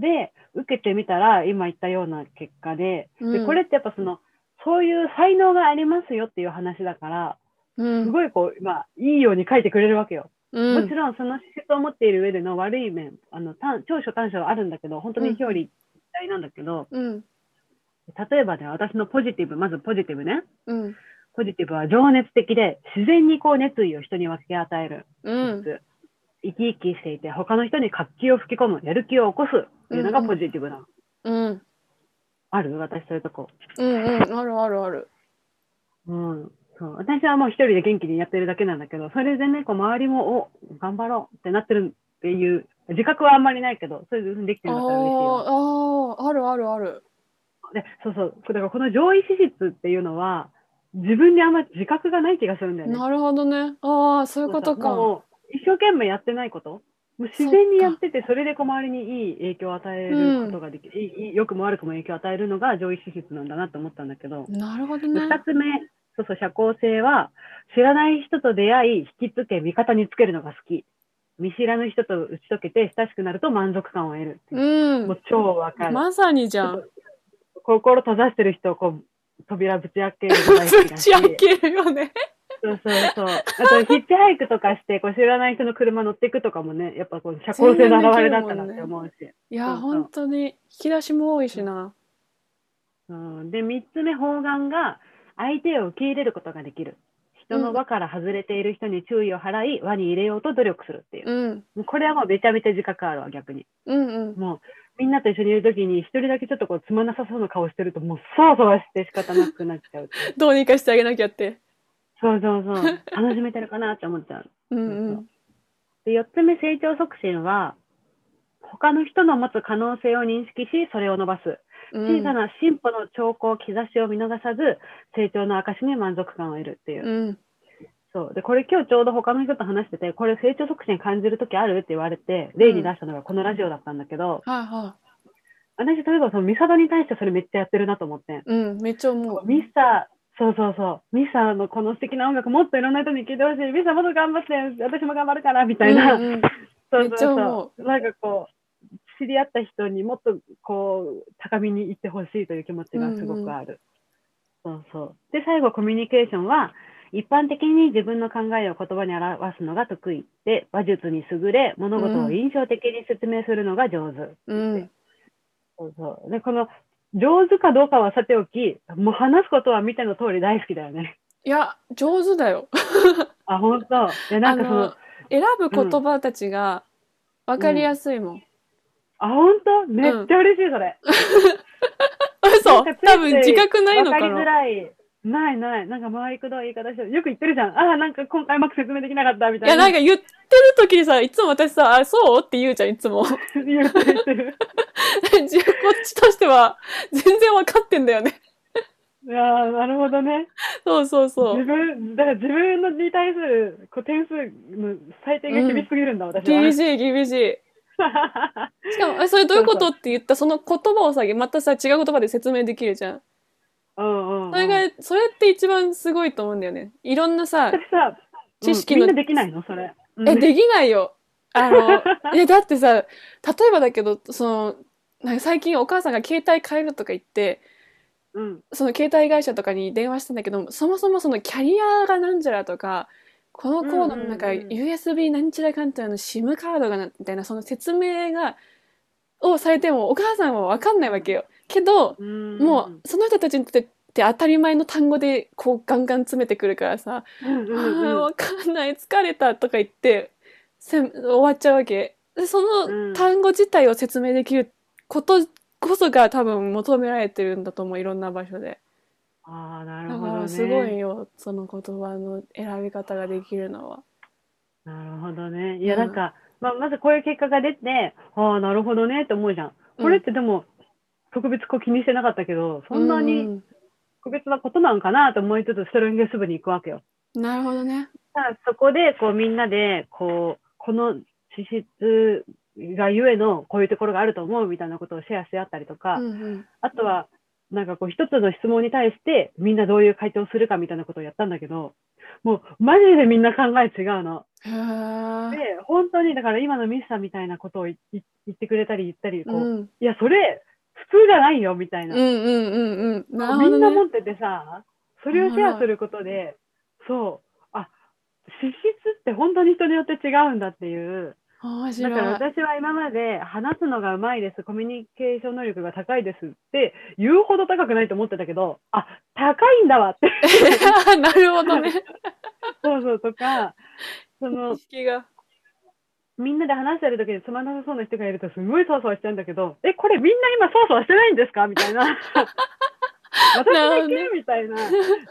で、受けてみたら、今言ったような結果で、うんでこれってやっぱその、そういう才能がありますよっていう話だから、うんすごいこう、まあ、いいように書いてくれるわけよ。うもんちろんその資質を持っている上での悪い面あの短長所短所はあるんだけど本当に表裏一体なんだけど、うん例えばね私のポジティブまずポジティブねうんポジティブは情熱的で自然にこう熱意を人に分け与える、うん生き生きしていて他の人に活気を吹き込むやる気を起こすっていうのがポジティブなの、うんある私そういうとこうんうんあるあるある。うんそう私はもう一人で元気にやってるだけなんだけどそれでねこう周りもお頑張ろうってなってるっていう自覚はあんまりないけどそれでできてあるんだったら嬉しいよあああるあるある。でそうそうだからこの上位資質っていうのは自分であんま自覚がない気がするんだよね。なるほどね。ああそういうことそうそうか。もう一生懸命やってないこともう自然にやっててそれでこう周りにいい影響を与えることができる、いいいい良くも悪くも影響を与えるのが上位資質なんだなと思ったんだけど、なるほど二ね。つ目そうそう社交性は知らない人と出会い引きつけ味方につけるのが好き見知らぬ人と打ち解けて親しくなると満足感を得るっていう、う。もうん超わかる。まさにじゃん。心閉ざしてる人をこう扉ぶち開けるの大好 きぶだしち開けるよね。そうそうそうあとヒッチハイクとかしてこう知らない人の車乗っていくとかもねやっぱこう社交性の表れだったなって思うし、いそやうそう本当に引き出しも多いしな。うん、で3つ目方眼が相手を受け入れることができる人の輪から外れている人に注意を払い輪に入れようと努力するっていううんもうこれはもうめちゃめちゃ自覚あるわ逆にうんうん。もうみんなと一緒にいる時に一人だけちょっとこうつまんなさそうな顔してるともうそわそわして仕方なくなっちゃうっていうどうにかしてあげなきゃって。そうそうそう楽しめてるかなって思っちゃううんう。そうんで4つ目成長促進は他の人の持つ可能性を認識しそれを伸ばすうん小さな進歩の兆候兆しを見逃さず成長の証に満足感を得るっていう、うんそうでこれ今日ちょうど他の人と話しててこれ成長促進感じる時あるって言われて例に出したのがこのラジオだったんだけど、はいは私例えばそのミサトに対してそれめっちゃやってるなと思ってい。うんめっちゃ思う。ミサ、そうそうそう、ミサのこの素敵な音楽もっといろんな人に聴いてほしい、ミサもっと頑張って、私も頑張るから、みたいな、うんうんそうめっちそゃう思そう、なんかこう、知り合った人にもっとこう、高みに行ってほしいという気持ちがすごくある。そうそう。で、最後、コミュニケーションは、一般的に自分の考えを言葉に表すのが得意で、話術に優れ、物事を印象的に説明するのが上手。うんそうそう。で、この、上手かどうかはさておき、もう話すことは見ての通り大好きだよね。いや上手だよ。あ、本当。で、なんかその、選ぶ言葉たちが分かりやすいもん。あ、本当めっちゃ嬉しい、それ。嘘なんかついつい多分自覚ないのわかかりづな。らい。ないない。なんか回りくどい言い方して、よく言ってるじゃん。あ、なんか今回うまく説明できなかった、みいたやいな。なんか言ってる時にさいつも私さ「あそう?」って言うじゃんいつ も言ってる言ってる。自分こっちとしては全然分かってんだよねいやーなるほどね。そうそうそ自う分、だから自分のに対するこう点数の採点が厳しすぎるんだ、私は。厳しい厳しいしかもえ「それどういうこと?」って言ったその言葉をさまたさ違う言葉で説明できるじゃん うんうんうん。それがそれって一番すごいと思うんだよねいろんなさそれさ、知識うんのみんなできないのそれ。うんえ、できないよ。あ の、え、だってさ、例えばだけど、その、なんか最近お母さんが携帯変えるとか言って、うん。その携帯会社とかに電話したんだけど、そもそもそのキャリアがなんちゃらとか、このコードのなんかうんうんうん USB なんちゃらかんちゃらの SIM カードがな、みたいなその説明が、をされてもお母さんはわかんないわけよ。けど、もうその人たちにとって当たり前の単語でこうガンガン詰めてくるからさ、うん、うんうんうん、わかんない疲れたとか言ってせん終わっちゃうわけでそうんの単語自体を説明できることこそが多分求められてるんだと思ういろんな場所でああ、なるだほかどね。らすごいよその言葉の選び方ができるのはなるほどね。いや、うんなんか、まあ、まずこういう結果が出て、ああ、なるほどねって思うじゃん。これってでも、特別こう気にしてなかったけど、そんなうにん特別なことなんかなと思いつつ、ストロングス部に行くわけよ。うんなるほどねさあそこで、こう、みんなで、こう、この資質がゆえの、こういうところがあると思うみたいなことをシェアし合ったりとか、うんうんあとは、なんかこう一つの質問に対してみんなどういう回答をするかみたいなことをやったんだけど、もうマジでみんな考え違うの。へーで、本当にだから今のミスさんみたいなことをいい言ってくれたり言ったり、こうう、んうんいや、それ普通じゃないよみたいな。うんうんうんなるほどねみんな持っててさ、それをシェアすることで、そう、あ、資質って本当に人によって違うんだっていう。面だ から白い私は今まで話すのがうまいです、コミュニケーション能力が高いですって言うほど高くないと思ってたけど、あ、高いんだわって。 なるほどねそうそうとか、その意、識がみんなで話してる時につまんなさそうな人がいるとすごいそわそわしちゃうんだけど、え、これみんな今そわそわしてないんですかみたいな。 私なるだほどけねみたいな、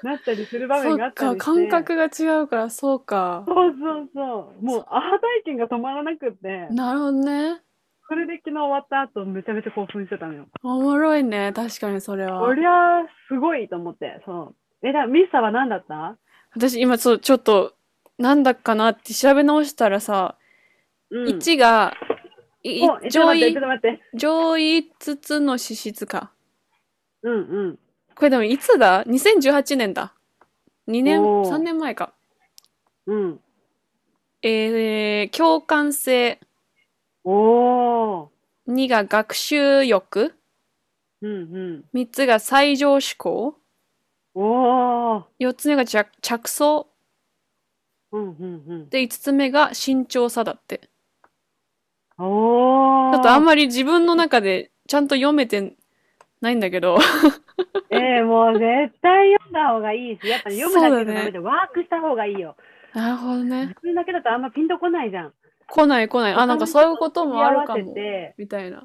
なったりする場そ面があっったかりして。感覚が違うからそうかそうそうそう。もう、アハ体験が止まらなくって、なるほどねそれで昨日終わった後、めちゃめちゃ興奮してたのよ。おもろいね確かにそれはこりゃあすごいと思って、そう。え、だミッサは何だった私今そうちょっとなんだかなって調べ直したらさ、うん。 1がいおえちょっと上待っ位て、ちょっと待って。上位5つの資質かうんうん。これでもいつだ ?2018 年だ2年おー3年前かうん。えー、共感性おー。 2が学習欲うんうん。 3つが最上志向おー。 4つ目が着着想うんうんで5つ目が慎重さだってうん。おー。ちょっとあんまり自分の中でちゃんと読めてないんだけどえー、もう絶対読んだ方がいいし、やっぱ読むだけじゃダそうだねメで、ワークした方がいいよ。なるほどね自分だけだとあんまピンとこないじゃん。来ない来ないあなんかそういうこともあるかすり合わもせて、みたいな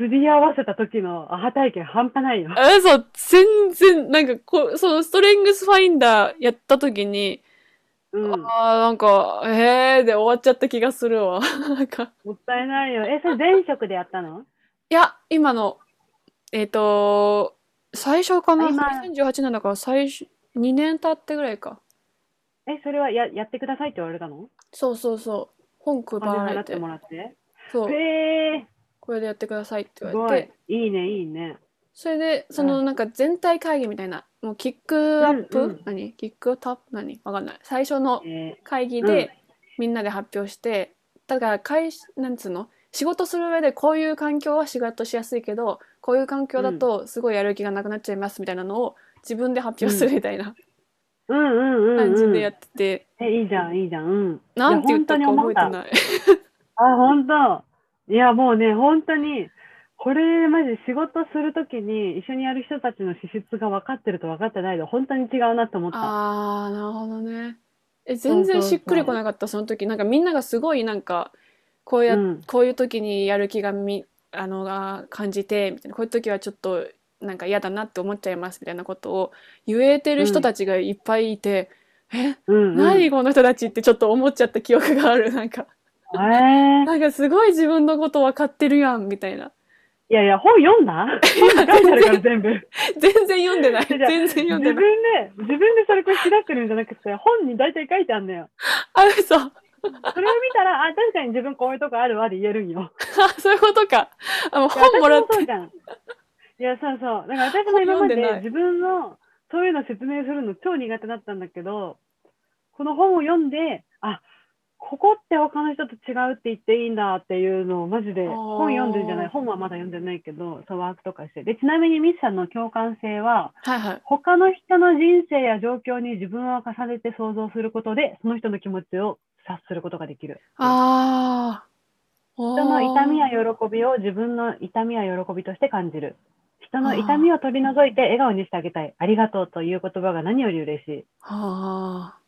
すり合わせた時のアハ体験半端ないよ。えそう全然なんかこうそのストレングスファインダーやった時にうん。もあーなんかえーで終わっちゃった気がするわ なんかったいないよ。え、それ前職でやったのいや今のえっ、と最初かなあ今2018年だから最初2年経ってぐらいかえ、それはややってくださいって言われたのそうそうそう本配お金ら払れっててもらって。そうへえこれでやってくださいってー、言すわごれてい。いいね、いいね。それでそうのなんか全体会議みたいなもうキックアップ、うんうん何キックタップ何わかんない最初のえ会議うんでみんなで発表して、だから会社なんつうの仕事する上でこういう環境は仕事しやすいけどこういう環境だとすごいやる気がなくなっちゃいますみたいなのを自分で発表するみたいなー、うんうんうん、うん。感じでやってて、え、いいじゃん、いいじゃん。うん。なんて言ったいかや本覚当にえて思っない。た。あ、本当。いや、もうね、本当に、これ、マジ仕事するときに、一緒にやる人たちの資質が分かってると分かってないと、本当に違うなと思った。あーなるほどねえうそ全う然しっくりこなかったその時なんかみんながすごいなんかこうや、うんこういう時にやる気がみあのが感じてみたいなこういう時はちょっとなんか嫌だなって思っちゃいますみたいなことを言えてる人たちがいっぱいいて、えうん、うん。何この人たちってちょっと思っちゃった記憶があるなんかえー、なんかすごい自分のこと分かってるやんみたいないやいや、本読んだ本書いてあるから全部。全然読んでないじゃ全あ然 読んで自分ないで、自分でそれこれ開くんじゃなくて、本に大体書いてあるんだよ。あ嘘あそれを見たら、あ、確かに自分こういうとこあるわで言えるんよ。そういうことかあもういや本もらっ私てそうじゃん。いや、そうそう。だから私も今本読んまででない自分の、そういうの説明するの超苦手だったんだけど、この本を読んで、あ、ここって他の人と違うって言っていいんだっていうのをマジであー本読んでんじゃない本はまだ読んでないけどそうワークとかしてでちなみにミスさんの共感性ははいはい他の人の人生や状況に自分を重ねて想像することでその人の気持ちを察することができるああ。人の痛みや喜びを自分の痛みや喜びとして感じる人の痛みを取り除いて笑顔にしてあげたいありがとうという言葉が何より嬉しいああ。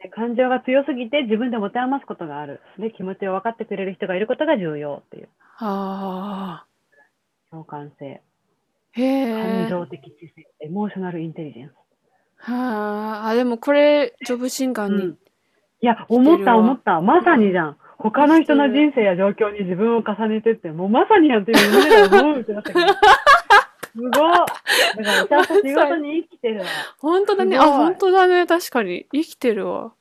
で感情が強すぎて自分で持て余すことがある。で、気持ちを分かってくれる人がいることが重要っていう。ああ。共感性、へえ。感情的知性、エモーショナルインテリジェンス。はあ。あ、でもこれ、ジョブシンガーうに。ん、いや、思来てるわった思った。まさにじゃん。他の人の人生や状況に自分を重ねてって、もうまさにやんって今までは思うってなっ たけど。すごい。だからちゃんと仕事に生きてるわ。本当だね。すあ、ごい本当だね。確かに。生きてるわ。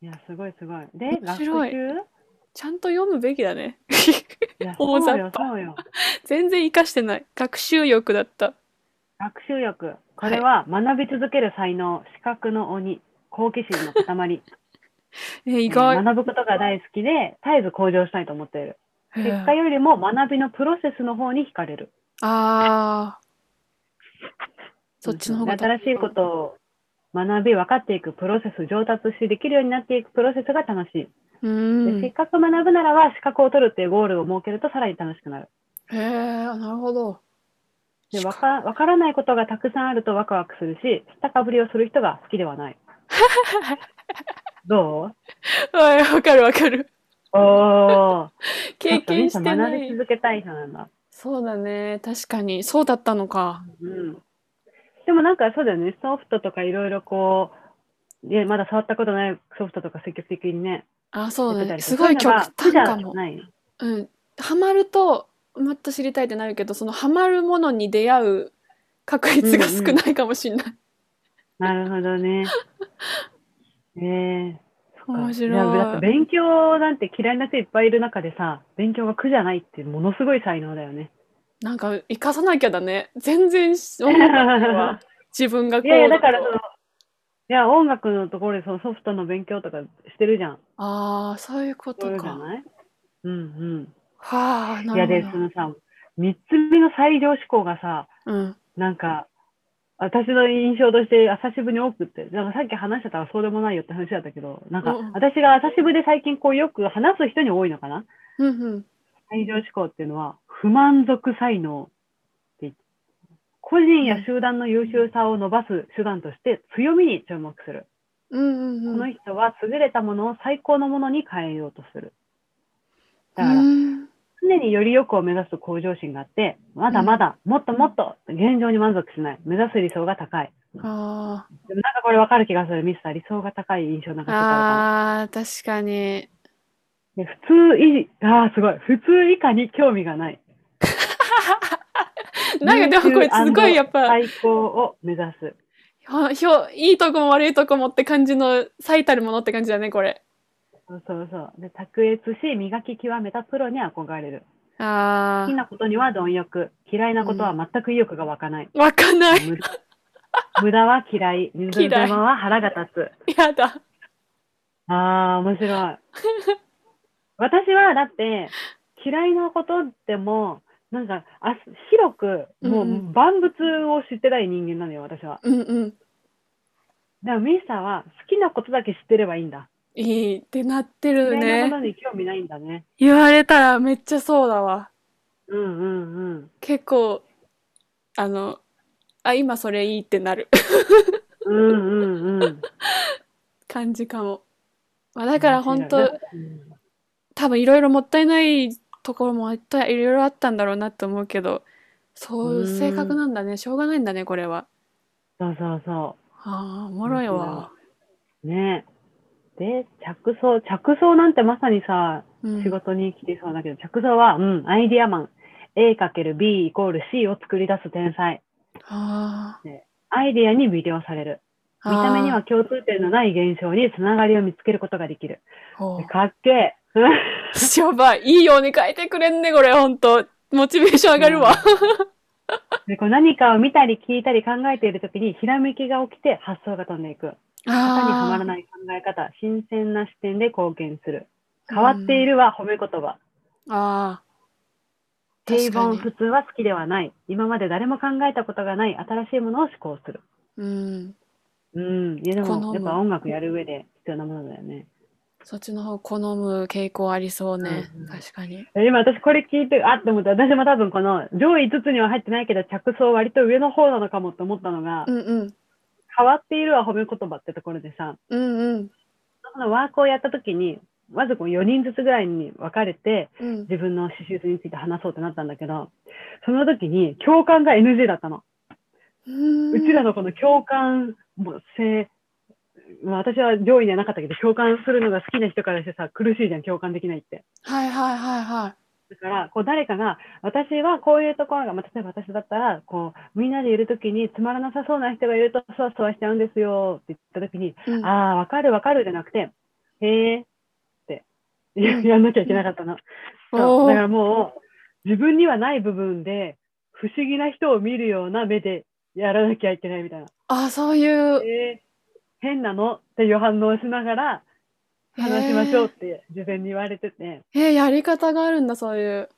いや、すごいすごい。で、面学習白いちゃんと読むべきだね。 いや、大そう雑よ、そうよ。全然活かしてない。学習欲だった。学習欲。これは学び続ける才能、資格の鬼、好奇心の塊。え、意外。学ぶことが大好きで、絶えず向上したいと思っている。へ結え果よりも学びのプロセスの方に惹かれる。ああ。そっちの方が新しいことを学び、分かっていくプロセス、上達し、できるようになっていくプロセスが楽しい。うでん。せへっかく学ぶならば、資格を取るっていうゴールを設けるとさらに楽しくなる。え、なるほど。でしわかか分からないことがたくさんあるとワクワクするし、知ったかぶりをする人が好きではない。どはい、わかるわかる。うおー。経験してなやっぱみんな学びい。続けたい人なんだ。そうだね。確かに。そうだったのか。うん。でもなんかそうだよね、ソフトとかいろいろこう、でまだ触ったことないソフトとか積極的にね、あ、そうやっだてたりね。すとかごい極そ端ううのがか苦じゃも。ないうん。ハマると、もっと知りたいってなるけど、そのハマるものに出会う確率が少ないかもしれ ない。なるほど ね。ねえそっか面白いやだって勉強なんて嫌いな人いっぱいいる中でさ、勉強が苦じゃないってものすごい才能だよね。なんか、生かさなきゃだね。全然し、い音楽 は自分がこう。やいや、だからその、いや、音楽のところでそのソフトの勉強とかしてるじゃん。ああ、そういうこそとうじか。はゃないうんあ、う。なんいや、るで、ほそど。のさ、三つ目の最上志向がさ、うん。なんか、私の印象として朝渋に多くって、なんかさっき話してたらそうでもないよって話だったけど、なんかうんうん私が朝渋で最近こうよく話す人に多いのかなうんうん。最上志向っていうのは、不満足才能って言って個人や集団の優秀さを伸ばす手段として強みに注目する。うんうんこうのん。人は優れたものを最高のものに変えようとする。だから、うん常によりよくを目指す向上心があって、まだまだ、もっともっと、現状に満足しない。目指す理想が高い。あーでもなんかこれわかる気がする、ミスター。理想が高い印象なんかちょっとああー、確かに。るかも。で普通以、ああ、すごい。普通以下に興味がない。なんかでもこれすごいやっぱ、優秀最高を目指す。ひょひょいいとこも悪いとこもって感じの最たるものって感じだねこれそうそうそう。で、卓越し、磨き極めたプロに憧れる。あ好きなことには貪欲。嫌いなことは全く意欲が湧かない。ーわかんない無駄無駄は嫌い。無嫌い駄は腹が立つ。やだああ、面白い。 私はだって、嫌いなことでも、なんか、あ広く、もうんうう万物を知ってない人間なのよ、私は。うんうんでも、ミスターは好きなことだけ知ってればいいんだ。いいってなってる嫌いなこねとに興味ないんだね。言われたらめっちゃそうだわうんうんうん。結構あのあ今それいいってなるうんうんうん。感じかも、まあ、だから本当うん多分いろいろもったいないところもいっぱいいろいろあったんだろうなと思うけどそういう性格なんだねしょうがないんだねこれはそうそうそああおもろいわ、う。ねで、着想。着想なんてまさにさ、うん仕事に生きてそうだけど、着想は、うん、アイディアマン。A×B イコール C を作り出す天才。あアイディアに魅了される。あ見た目には共通点のない現象につながりを見つけることができる。ほかっけえ。うやばいいいように変えてくれんねこれほんとモチベーション上がるわ、 でこう何かを見たり聞いたり考えているときにひらめきが起きて発想が飛んでいく。型にはまらいない考え方、新鮮な視点で貢献する。変わっているは褒め言葉。あー確平か凡に普通は好きではない。今まで誰も考えたことがない新しいものを試行する。うんうん。いやで好むもやっぱ音楽やる上で必要なものだよね。そっちの方好む傾向ありそうね、うんうん確かに今私これ聞いて、あって思った。私も多分この上位5つには入ってないけど着想割と上の方なのかもって思ったのが、うんうん変わっているは褒め言葉ってところでさ、うんうんそのワークをやった時に、まずこう4人ずつぐらいに分かれて、うん自分の思春について話そうってなったんだけど、その時に共感が NG だったの。うんうちらのこの共感性、まあ私は上位にはなかったけど、共感するのが好きな人からしてさ、苦しいじゃん、共感できないって。はいはいはいはいだから、こう誰かが、私はこういうところが、まあ、例えば私だったら、こう、みんなでいるときにつまらなさそうな人がいると、そわそわしちゃうんですよって言ったときに、うんああ、わかるわかるじゃなくて、へえって ややんなきゃいけなかったの。そおうーだからもう、自分にはない部分で、不思議な人を見るような目でやらなきゃいけないみたいな。あそういうえー変なのっていう反応をしながら話しましょうって事前に言われてて、へーへーやり方があるんだそういう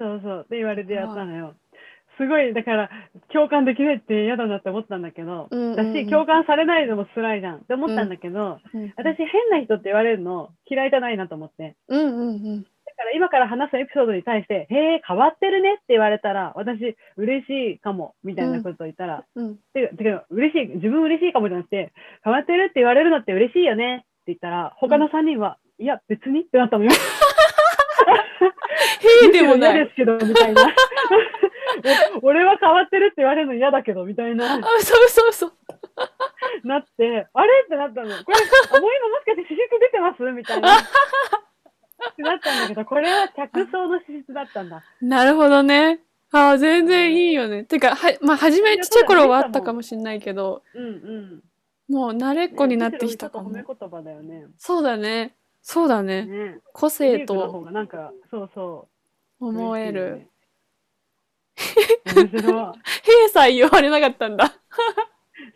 そうそうって言われてやったのよ。すごい、だから、共感できないって嫌だなって思ったんだけど、うんうんうんだし、共感されないのも辛いじゃんって思ったんだけど、うん私、変な人って言われるの嫌いじゃないなと思って。うんうんうんだから、今から話すエピソードに対して、へえ、変わってるねって言われたら、私、嬉しいかも、みたいなことを言ったら、 うんてか、てか嬉しい、自分嬉しいかもじゃなくて、変わってるって言われるのって嬉しいよねって言ったら、他の3人は、いや、別にってなったのよ。へえでもな嫌いですけど、みたいな。 お俺は変わってるって言われるの嫌だけど、みたいな、 あなそうそうそうって、あれってなったの。これ、あもう今もしかして資質出てますみたいな。ってなったんだけど、これは着想の資質だったんだ。なるほどね。ああ、全然いいよね。てか、は、まあ、初めちっちゃい頃はあったかもしれないけど、うんうん。もう慣れっこになってきたかちょもっと。褒め言葉だよね。そうだね。そうだね。ね。個性リークの方とがなんか、そうそう。思える。嬉しいよね。面白い。平さえ言われなかったんだ。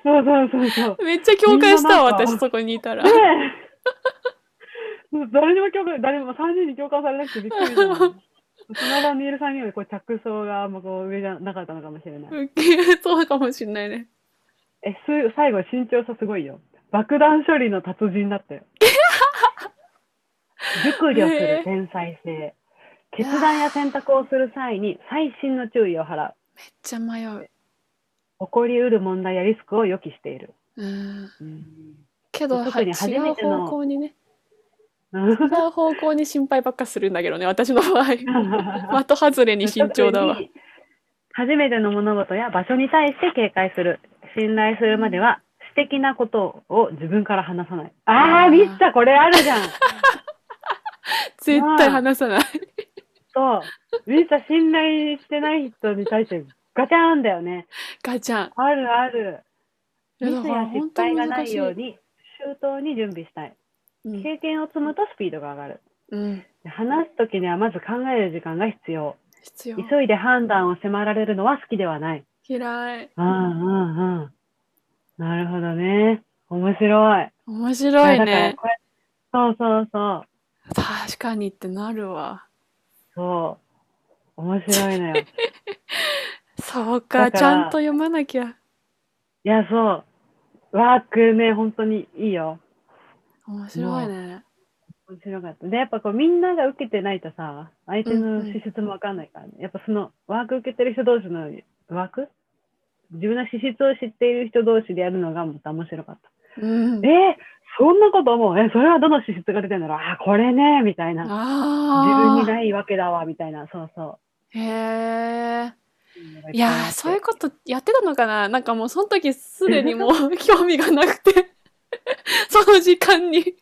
そうそうそうそう。めっちゃ共感したわ、みんなな私んかそこにいたらね。えもう誰にも共感、誰にも3人に共感されなくてびっくりした。その場にいる3人よりこう着想がもうこう上じゃなかったのかもしれない。ウケそうかもしれないね。え、す最後身長差すごいよ。爆弾処理の達人だったよ。熟慮する天才性。決断や選択をする際に細心の注意を払う。めっちゃ迷う。起こりうる問題やリスクを予期している。うん。うんけど、は特違に初めうての方向にね、違う方向に心配ばっかするんだけどね、私の 場合。的外れに慎重だわ。初めての物事や場所に対して警戒する。信頼するまでは、私的なことを自分から話さない。あああ、ーミッサ、これあるじゃん。 絶対話さない。そう。ミッサ、信頼してない人に対してガチャーンだよね。ガチャン。あるある。いやミだスからや失本当敗にがな難しいいように、周到に準備したい。うん経験を積むとスピードが上がる。うん、話すときにはまず考える時間が必要。必要急いで判断を迫られるのは好きではない。嫌いうんうんうん。なるほどね。面白い。面白いだからねこれそうそうそう。確かにってなるわそう。面白 いのよ。いそうかだからちゃんと読まなきゃや、そう。ワークね、本当にいいよ。面白いね面白かった。で、やっぱこう、みんなが受けてないとさ、相手の資質もわかんないからね。やっぱその、ワーク受けてる人同士のワーク自分の資質を知っている人同士でやるのがまた面白かった。うんえーそんなこと思うえ、それはどの資質が出てんだろうあー、これね、みたいな。自分あにないわけだわみたいなそうそあへえういいやーそういうことやってたのかななんかもうその時すでにもう 興味がなくて その時間に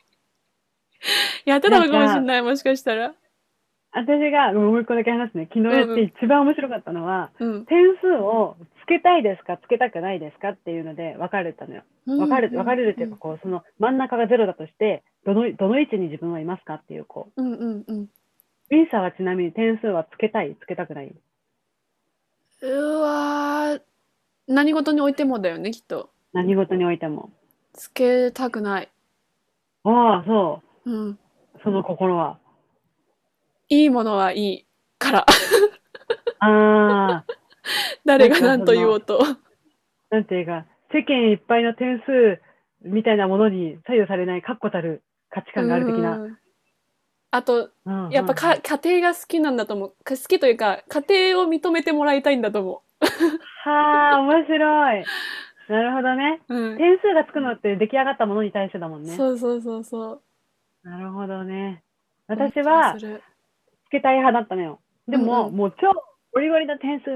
やってたのかもしれないもしかしたら私がもう一個だけ話すね昨日やって一番面白かったのは、うん点数をつけたいですかつけたくないですかっていうので分かれたのよ分かれ分かれるっていうかこうその真ん中がゼロだとしてどのどの位置に自分はいますかっていうこうんうんうんうミンサはちなみに点数はつけたいつけたくないうわー何事においてもだよねきっと何事においてもつけたくないああそうんうその心はいいものはいいから、 ああ誰が何と言おうと。なんていうか世間いっぱいの点数みたいなものに左右されない確固たる価値観がある的なうんあと、うんうんやっぱか、家庭が好きなんだと思う。か好きというか、家庭を認めてもらいたいんだと思はあ面白い。なるほどね。うん、点数がつくのって出来上がったものに対してだもんね。そうそうそうそうなるほどね。私はうん、そうするつけたい派だったのよ。でうも、んうんもう超ゴリゴリな点数、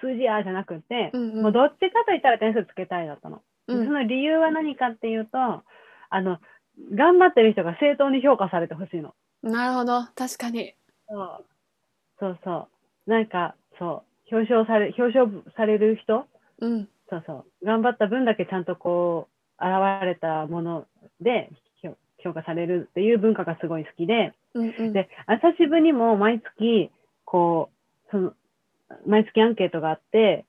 数字やじゃなくて、うんうんもうどっちかといったら点数つけたいだったの。うんその理由は何かっていうと、あの、頑張ってる人が正当に評価されてほしいの。なるほど確かにそうそうそう。なんか、そう、表彰され、表彰される人うんそうそう。頑張った分だけちゃんとこう、現れたもので、評評価されるっていう文化がすごい好きで、うんうんで、朝支部にも毎月、こう、その、毎月アンケートがあって、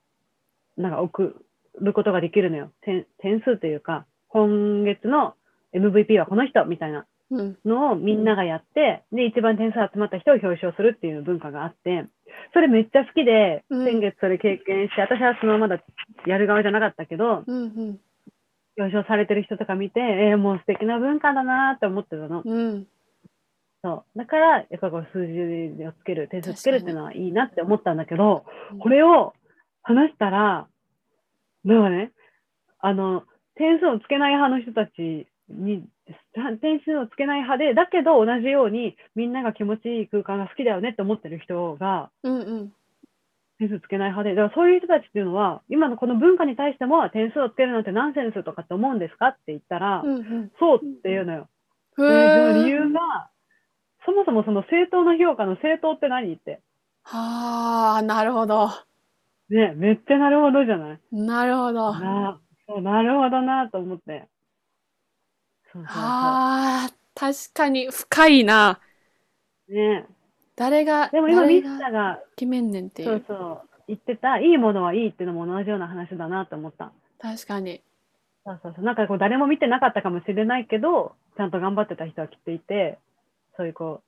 なんか送ることができるのよ。点点数というか、今月の MVP はこの人みたいなうんのをみんながやって、で、一番点数集まった人を表彰するっていう文化があって、それめっちゃ好きで、うん先月それ経験して、私はそのまだやる側じゃなかったけど、うん表彰されてる人とか見て、えーもう素敵な文化だなって思ってたの。うんうんそう。だから、やっぱこう数字をつける、点数つけるっていうのはいいなって思ったんだけどか、にこれを話したら、なんかね、あの、点数をつけない派の人たちに、点数をつけない派で、だけど同じようにみんなが気持ちいい空間が好きだよねって思ってる人がうんうん点数つけない派で、だからそういう人たちっていうのは、今のこの文化に対しても点数をつけるなんてナンセンスとかって思うんですかって言ったら、うんうんそうっていうのよ。へでそのー理由が、そもそもその正当な評価の正当って何って。はあなるほどね、めっちゃなるほどじゃないなるほどなそうなるほどなと思って。そうそうそあー確かに深いなう。ね、誰がでも今、ミ誰スタがーが、決めんねんっていそううそう、言ってた、いいものはいいってのも同じような話だなと思った。確かにそうそうそう。なんかこう、誰も見てなかったかもしれないけど、ちゃんと頑張ってた人はきっといて、そういうこ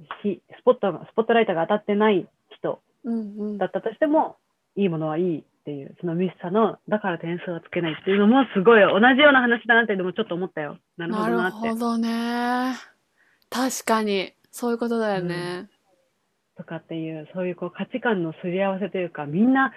う、ひスポットが、スポットライトが当たってない人うんうんだったとしても、いいものはいいっていう、そのミスさの、だから点数はつけないっていうのも、すごい同じような話だなって、でもちょっと思ったよ。なるほなどなるって。ほどね確かにそういうことだよねとかっていう、そういうこう価値観のすり合わせというか、みんな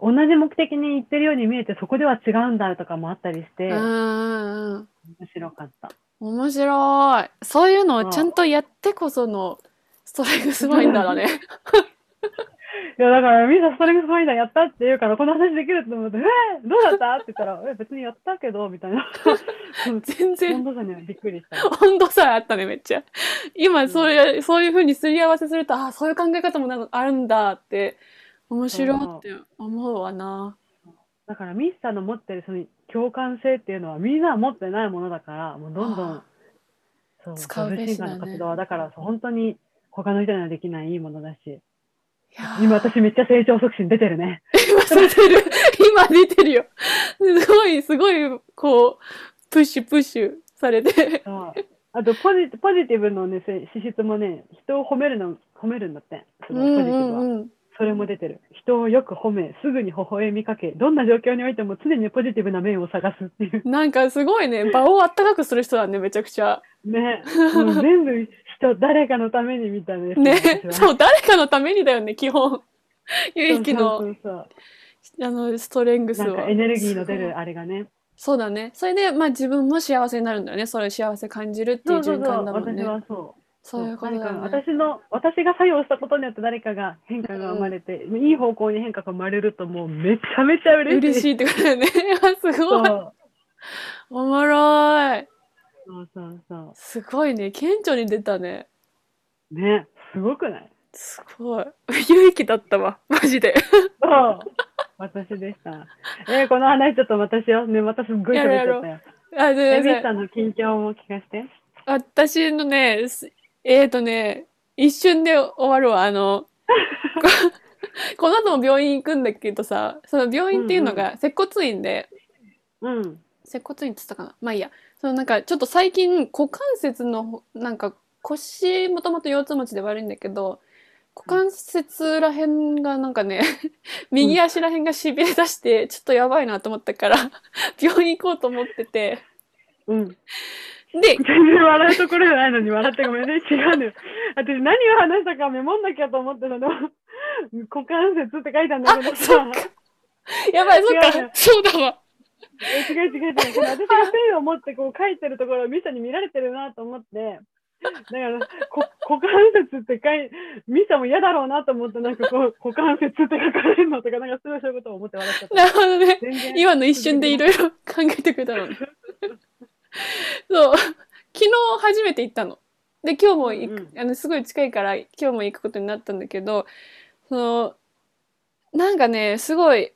同じ目的に行ってるように見えて、そこでは違うんだとかもあったりして、うん面うんうん白かった。面白いそういうのをちゃんとやってこそのストライクすごいんだろうねいや、だから、みんなストレングスファインダーやったって言うから、この話できると思って、えー、どうだったって言ったら、え、別にやったけど、みたいな。 う ん全然本当さにはびっくりした。温度差あったねめっちゃ今そういうそういうふうにすり合わせするとあそういう考え方もなのあるんだって面白いって思うわなだから、ミスさんの持ってるその共感性っていうのは、みんなは持ってないものだから、もうどんどあん、そう、使うべしだねの活動は、だから、そう本当に他の人にはできないいいものだし、いやー今私めっちゃ成長促進出て るね。今出てる今出てるよすごいすごいこうプッシュプッシュされてそう。あとポジ、ポジティブのね、せ資質もね、人を褒めるの、褒めるんだって。そのポジティブは。うんそれも出てる。人をよく褒め、すぐに微笑みかけ、どんな状況においても常にポジティブな面を探すっていう。なんかすごい ね場をあったかくする人だねめちゃくちゃ ね。もう全部人、誰かのためにみたいなやつ。ね私はそう誰かのためにだよね基 本唯一そのうそうあのストレングそスうなんはかエネルギーの出るあれがね。そうだねそれでまあ自分も幸せになるんだよねそれを幸せ感じるっていうそうそ循うそう。環だもん私ねはそう。そういうこと誰だかよがね私の、私が作用したことによって誰かが変化が生まれて、いい方向に変化が生まれるともうめちゃめちゃ嬉しい。嬉しいってことだよね すそごいうおもろいそうそうそすごいね顕著に出たねう。ね、すごくないすごい。 有益だったわ。マジで。そう。私でした。えーこの話ちょっと私よ。ね、またすっごい喋っちゃったよ。あ、エで、ビでさんの近況も聞かせて。私のね、すえっ、ー、とね、一瞬で終わるわ。あ の、ここの後も病院行くんだけどさ、その病院っていうのが接骨院で、うん。接骨院って言ったかなまあいいや。そのなんかちょっと最近股関節の、なんか腰もともと腰痛持ちで悪いんだけど、股関節らへんがなんかね、 右足らへんがしびれ出して、ちょっとやばいなと思った から、病院行こうと思ってて、うん。で、全然笑うところじゃないのに笑ってごめんね。違うのよ。私何を話したかメモんなきゃと思ってたの。 股関節って書いたんだけどそっさか。やばい、そっ違うか。そうだわ。え違う違う違う。これ私がペンを持ってこう書いてるところをミサに見られてるなと思って。だからこ股関節って書いミサも嫌だろうなと思ってなんかこう股関節って書かれるのとかなんかすごいそういうことを思って笑っちゃった。なるほどね。全然今の一瞬でいろい ろ考えてくれたのね。そう。昨日初めて行ったの。で、今日も行く、うんうあの、すごい近いから、今日も行くことになったんだけど、その、なんかね、すごい、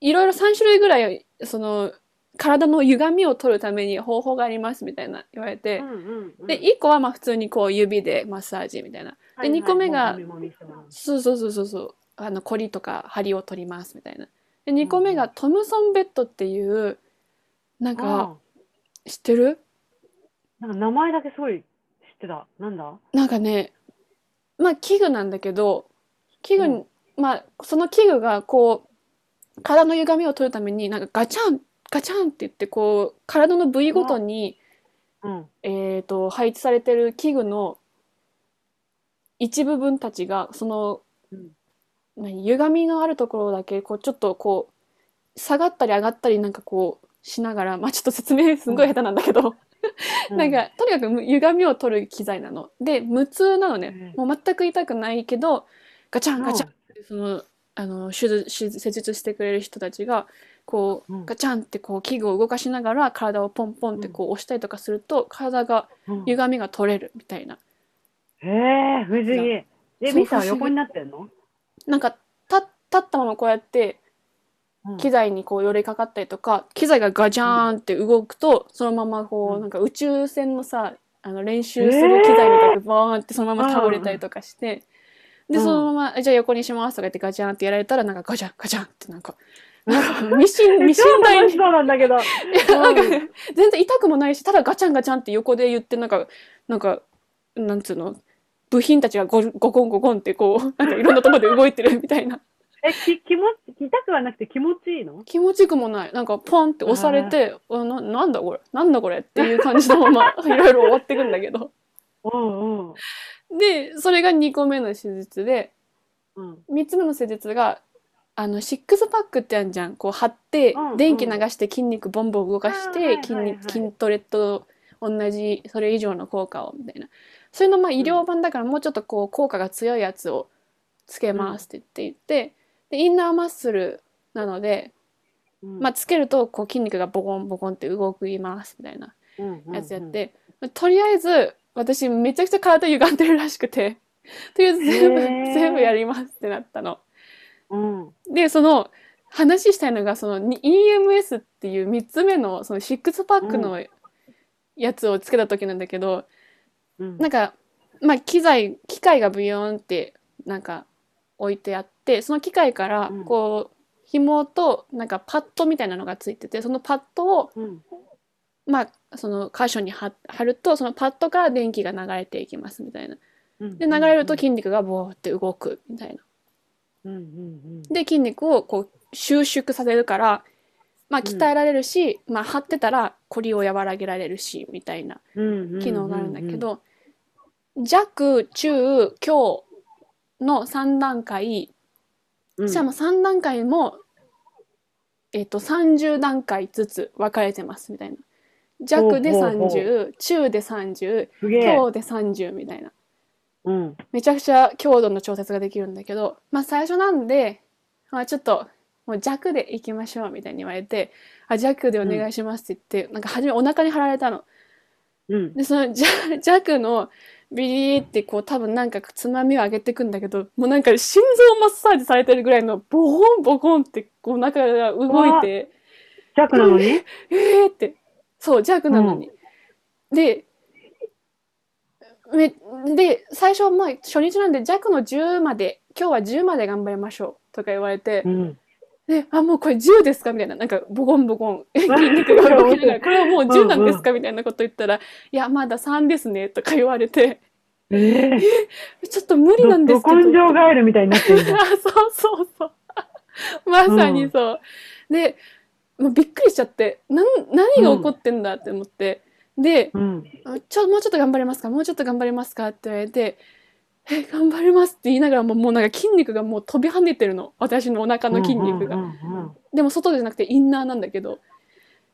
いろいろ3種類ぐらい、その、体の歪みを取るために方法がありますみたいな言われてう、んうんうんで、1個はまあ普通にこう指でマッサージみたいな。はいはい二個目がもみもみしてますそうそうそうそうそうあのコリとか針を取りますみたいなで2個目がトムソンベッドっていうなんかあ知ってるなんか名前だけすごい知ってた。なんだなんかねまあ器具なんだけど器具に、うまあその器具がこう体の歪みを取るためになんかガチャンガチャンって言ってこう体の部位ごとに、うん。えー、と配置されてる器具の一部分たちがそのうん何歪みのあるところだけこうちょっとこう下がったり上がったりなんかこうしながらまあちょっと説明すんごい下手なんだけど、なんかとにかくむ歪みを取る機材なので無痛なのね、もう全く痛くないけどガチャうンん、ガチャンってそのあの手術手術施術してくれる人たちがこう、うんガチャンってこう器具を動かしながら体をポンポンってこう押したりとかすると体がうん歪みが取れるみたいな。へえ、不思議。え、そうミサは横になってんのなんか立立ったままこうやってうん機材にこう寄りかかったりとか機材がガジャーンって動くとそのままこううんなんか宇宙船のさあの練習する機材みたいにバーンってそのまま倒れたりとかしてでうんそのまま「じゃあ横にします」とか言ってガジャーンってやられたらなんかガジャンガジャンって なんかなんかミシンミシン台楽にしそうなんだけど。いやなんかね全然痛くもないしただガチャンガチャンって横で言ってなんかなんかなんつうの部品たちがゴゴゴンゴゴンってこう なんかいろんなとこで動いてるみたいなえ、き、気持ち、痛くはなくて気持ちいいの 気持ちよくもないなんかポンって押されて「あななんだこれなんだこれ」っていう感じのま まいろいろ終わってくんだけどうんうん。でそれが2個目の手術でうん。 3つ目の施術があのシックスパックってあるじゃんこう張って、うんうん電気流して筋肉ボンボン動かしあーはいて筋肉、はいはい筋トレと同じそれ以上の効果をみたいなそれのまあ医療版だからもうちょっとこう効果が強いやつをつけますって言っていて、でインナーマッスルなので、うんまあ、、つけるとこう筋肉がボコンボコンって動きますみたいなうんうんやつやって、とりあえず私めちゃくちゃ体歪んでるらしくてとりあえず全部へー全部やりますってなったの。うん。うん。でその話したいのがそのに EMS っていう3つ目のそのシックスパックのやつをつけた時なんだけど、うんなんか、まあ、機材機械がブヨーンってなんか置いてあってその機械からうんこう、紐となんかパッドみたいなのがついててそのパッドを、うん。まあ、その箇所に貼貼るとそのパッドから電気が流れていきますみたいな。うんで流れると、筋肉がボーって動くみたいな。うんうんで筋肉をこう収縮させるから、まあ、鍛えられるし、まあ、張ってたらこりを和らげられるしみたいなうん。機能があるんだけど、弱中強の3段階うん、しかも3段階も、えっと30段階ずつ分かれてますみたいな。弱でほうほうほう30中で30すげえ。強で30みたいなうん。めちゃくちゃ強度の調節ができるんだけど、まあ最初なんで、まあちょっと、もう弱で行きましょうみたいに言われて、あ、弱でお願いしますって言って、なんか初めお腹に貼られたの。うん。で、その 弱弱のビリーってこう多分なんかつまみを上げてくんだけど、もうなんか心臓マッサージされてるぐらいのボコンボコンってこう中が動いて、弱なのにえーって。そう、弱なのに。で、め、で、最初はまあ初日なんで弱の10まで、今日は10まで頑張りましょうとか言われてう、ん。で、あ、もうこれ10ですかみたいな、なんかボコンボ コン、筋肉が動きながら、これは もう10なんですかみたいなこと言ったら、いや、まだ3ですねとか言われて、 ええ。ちょっと無理どなんですけど。根性ガエルみたいになってるじゃん。 あ、そうそうそう。 まさにそう。で、もうびっくりしちゃって、なん、何が起こってんだって思って。で、うん。あちょ、もうちょっと頑張れますかもうちょっと頑張れますかって言われて、え頑張りますって言いながらももうなんか筋肉がもう飛び跳ねてるの私のお腹の筋肉が、うんでも外じゃなくてインナーなんだけど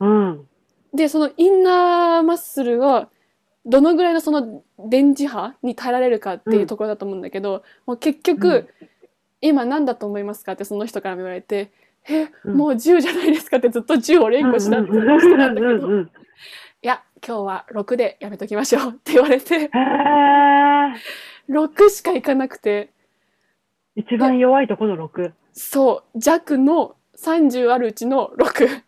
うんうんでそのインナーマッスルはどのぐらいのその電磁波に耐えられるかっていうところだと思うんだけど、もう結局、うん今何だと思いますかってその人からも言われて「えうんもう10じゃないですか」ってずっと10を連呼しうたんんうんだしてたんだけうんど「いうんや今日は6でやめときましょう」って言われてへー6しかいかなくて一番弱いとこの6。そう弱の30あるうちの6。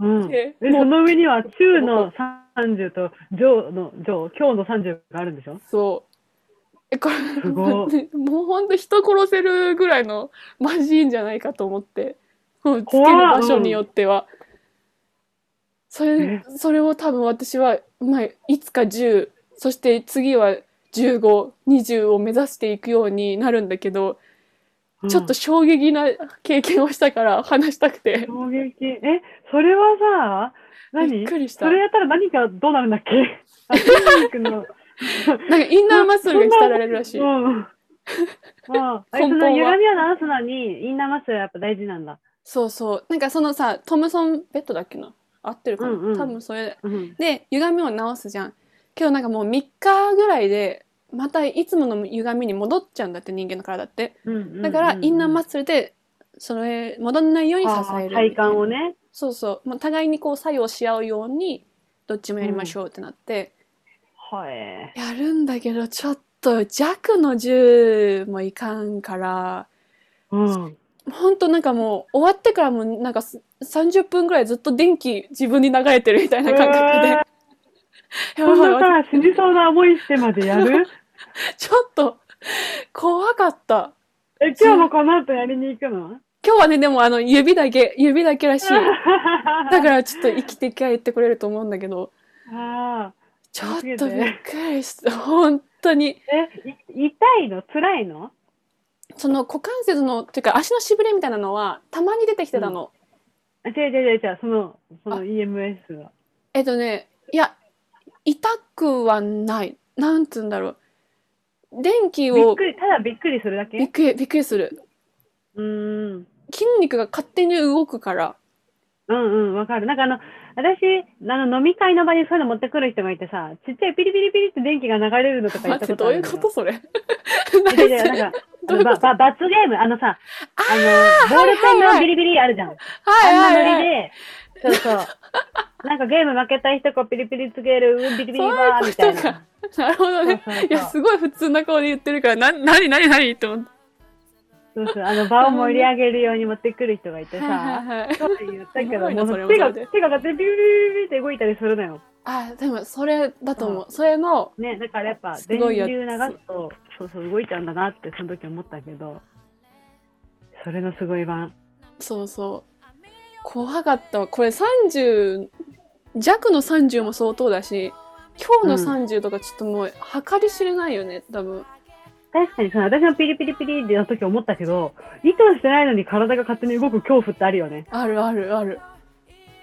うん、でえその上には中の30と上の上今日の30があるんでしょそう。えこれすごもうほんと人殺せるぐらいのマジいいんじゃないかと思ってうんつける怖っ場所によっては、それそれを多分私は、まあ、いつか10そして次は1520を目指していくようになるんだけど、うんちょっと衝撃な経験をしたから話したくて衝撃えそれはさび何っくりしたそれやったら何かどうなるんだっけ あ筋肉のなんかインナーマッスルが鍛えられるらしいうんまあ、あい根つ本のは歪みを直すのにインナーマッスルはやっぱ大事なんだ。そうそうなんかそのさトムソンベッドだっけな合ってるかな、うんうん多分それうん、で歪みを直すじゃんけどなんかもう3日ぐらいでまたいつもの歪みに戻っちゃうんだって人間の体ってうんうんだからインナーマッッスルでそれ戻んないように支える体幹をね。そうそう、まあ、互いにこう作用し合うようにどっちもやりましょうってなって、はい。やるんだけどちょっと弱の10もいかんからうん。ほんとなんかもう終わってからもなんかす30分ぐらいずっと電気自分に流れてるみたいな感覚で、えーやば そいんなさ、死にそうな思いしてまでやるちょっと怖かった。え、今日もこの後やりに行くの今日はね、でもあの指だけ、指だけらしい。だだからちょっと生きてきゃ言ってくれると思うんだけど、 ああ。ちょっとびっくりした。本当に。え、い痛いの辛いのその股関節の、っていうか足のしびれみたいなのはたまに出てきてたの。あ違う違う違う違う、その、そあの EMS は。えっとね、いや、痛くはない。なんつうんだろう。電気びっをくり、ただびっくりするだびっけくり、びっくりする。うーん。筋肉が勝手に動くから。うんうん、わかる。なんかあの、私、あの、飲み会の場にそういうの持ってくる人がいてさ、ちっちゃいピリピリピリって電気が流れるのとか言っ待たって、ことどあういるうのことそれ。いやいや、なんか、あどういうこのばとば罰ゲーム、あのさ、ああの、ボールペンはいはのいビリビリあるじゃん。はあいんはいなはいノリで、そうそう。なんかゲーム負けた人こうピリピリつける、うんビリビリバーみたいな。なるほどね そうそうそう。いや、すごい普通な顔で言ってるから、な、なになになにって思って。そうそう、あの場を盛り上げるように持ってくる人がいてはいはいさ、はい。そう言ったけど、すごいなもそれうも手が、それで手が勝手にビリビリビリって動いたりするのよ。あ、でも、それだと思う。それの、ね、だからやっぱす電ごいやつ流流すと、そうそう動いちゃうんだなってその時思ったけど、それのすごい版。そうそう。怖かったわ。これ30、弱の30も相当だし、今日の30とかちょっともう、計り知れないよね、多分。確かにさ、私もピリピリピリの時思ったけど、意図してないのに体が勝手に動く恐怖ってあるよね。あるあるある。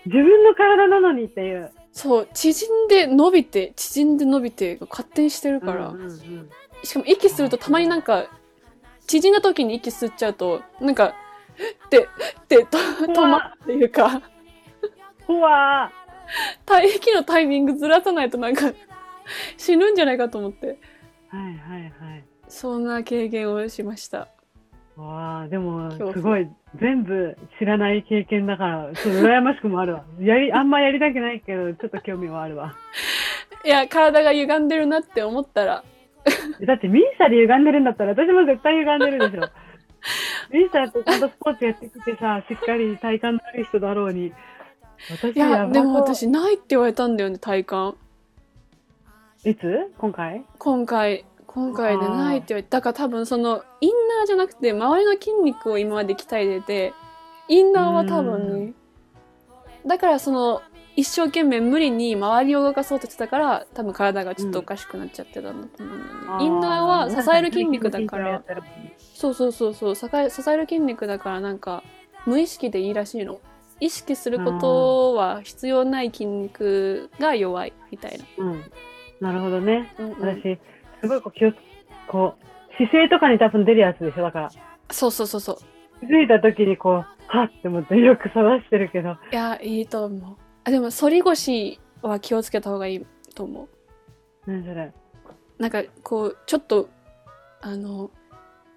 自分の体なのにっていう。そう、縮んで伸びて、縮んで伸びて、勝手にしてるから。うんうんうんしかも息するとたまになんか縮んだ時に息吸っちゃうとなんか「って」ってと止まるっていうか怖体息のタイミングずらさないとなんか死ぬんじゃないかと思ってはいはいはい。そんな経験をしましたわあ、でも恐怖すごい全部知らない経験だから、ちょっと羨ましくもあるわ。 やりあんまやりたくないけど、ちょっと興味はあるわ。 いや体が歪んでるなって思ったらだってミーサで歪んでるんだったら、私も絶対歪んでるで しょ。ミーサとちゃんとスポーツやってきてさ、しっかり体幹のある人だろうに。私いややばでもそう私ないって言われたんだよね体感いつ今回今回今回でないって言われてだから多分そのインナーじゃなくて周りの筋肉を今まで鍛えててインナーは多分ねだからその一生懸命無理に周りを動かそうとしてたから多分体がちょっとおかしくなっちゃってたんだと思うんだよね、インナーは支える筋肉だから、そうそうそうそう支え支える筋肉だからなんか無意識でいいらしいの意識することは必要ない筋肉が弱いみたいな、うん。なるほどね。うんうん私、すごいこう気をつこう、姿勢とかに多分出るやつでしょ、だから。そうそうそうそう気づいた時にこう、はっって思ってよく探してるけど。いやいいと思うあでも反り腰は気をつけた方がいいと思う何それ。なんかこうちょっとあの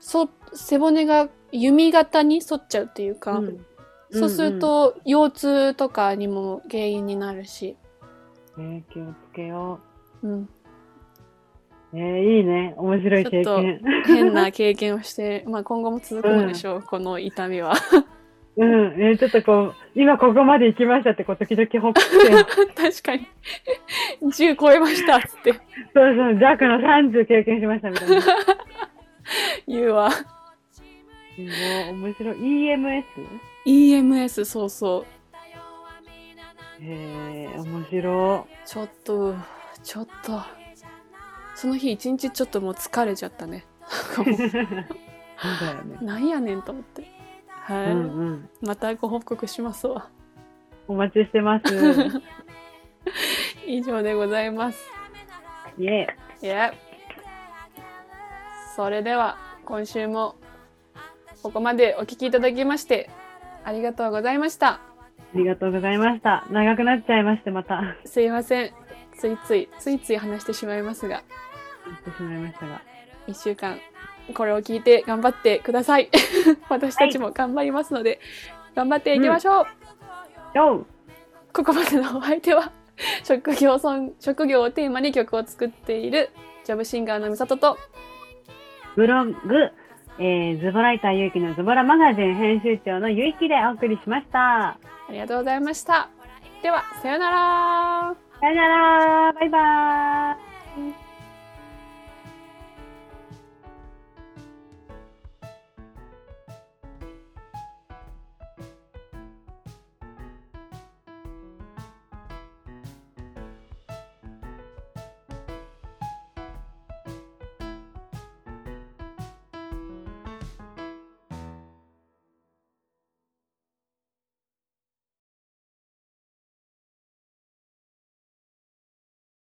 そ背骨が弓形に反っちゃうっていうか、うんそうする、と、腰痛とかにも原因になるし、うんうんえー気をつけよ うん、う。えーいいね。面白い経ちょっ験。変な経験をして、まあ、今後も続くのでしょう、この痛みは。 うん。えーちょっとこう、今ここまで行きましたって、こう、時々報告し てよ確かに10超えましたっつってそうそう、ジャックの30経験しましたみたいな。言う わすごい、面白い。EMS? EMS そうそうへえ、面白ちょっとちょっとその日一日ちょっともう疲れちゃったねなんかもい。そうだよねう。なんやねんと思ってはうい、んうん。またご報告しますわお待ちして ます。以上でございますイエいやそれでは今週もここまでお聞きいただきましてありがとうございましたーイありがとうございました。長くなっちゃいまして、また。やすいませんついついついつい話してしまいますがってしまいましたが。 1週間これを聞いて頑張ってください 私たちも頑張りますので、頑張っていきましょう、ようここまでのお相手は職業ソン職業をテーマに曲を作っているジャブシンガーのみさととブログ、えー、ズボライターゆうきのズボラマガジン編集長のゆいきでお送りしました。ありがとうございましたではさようならさよならバイバーイ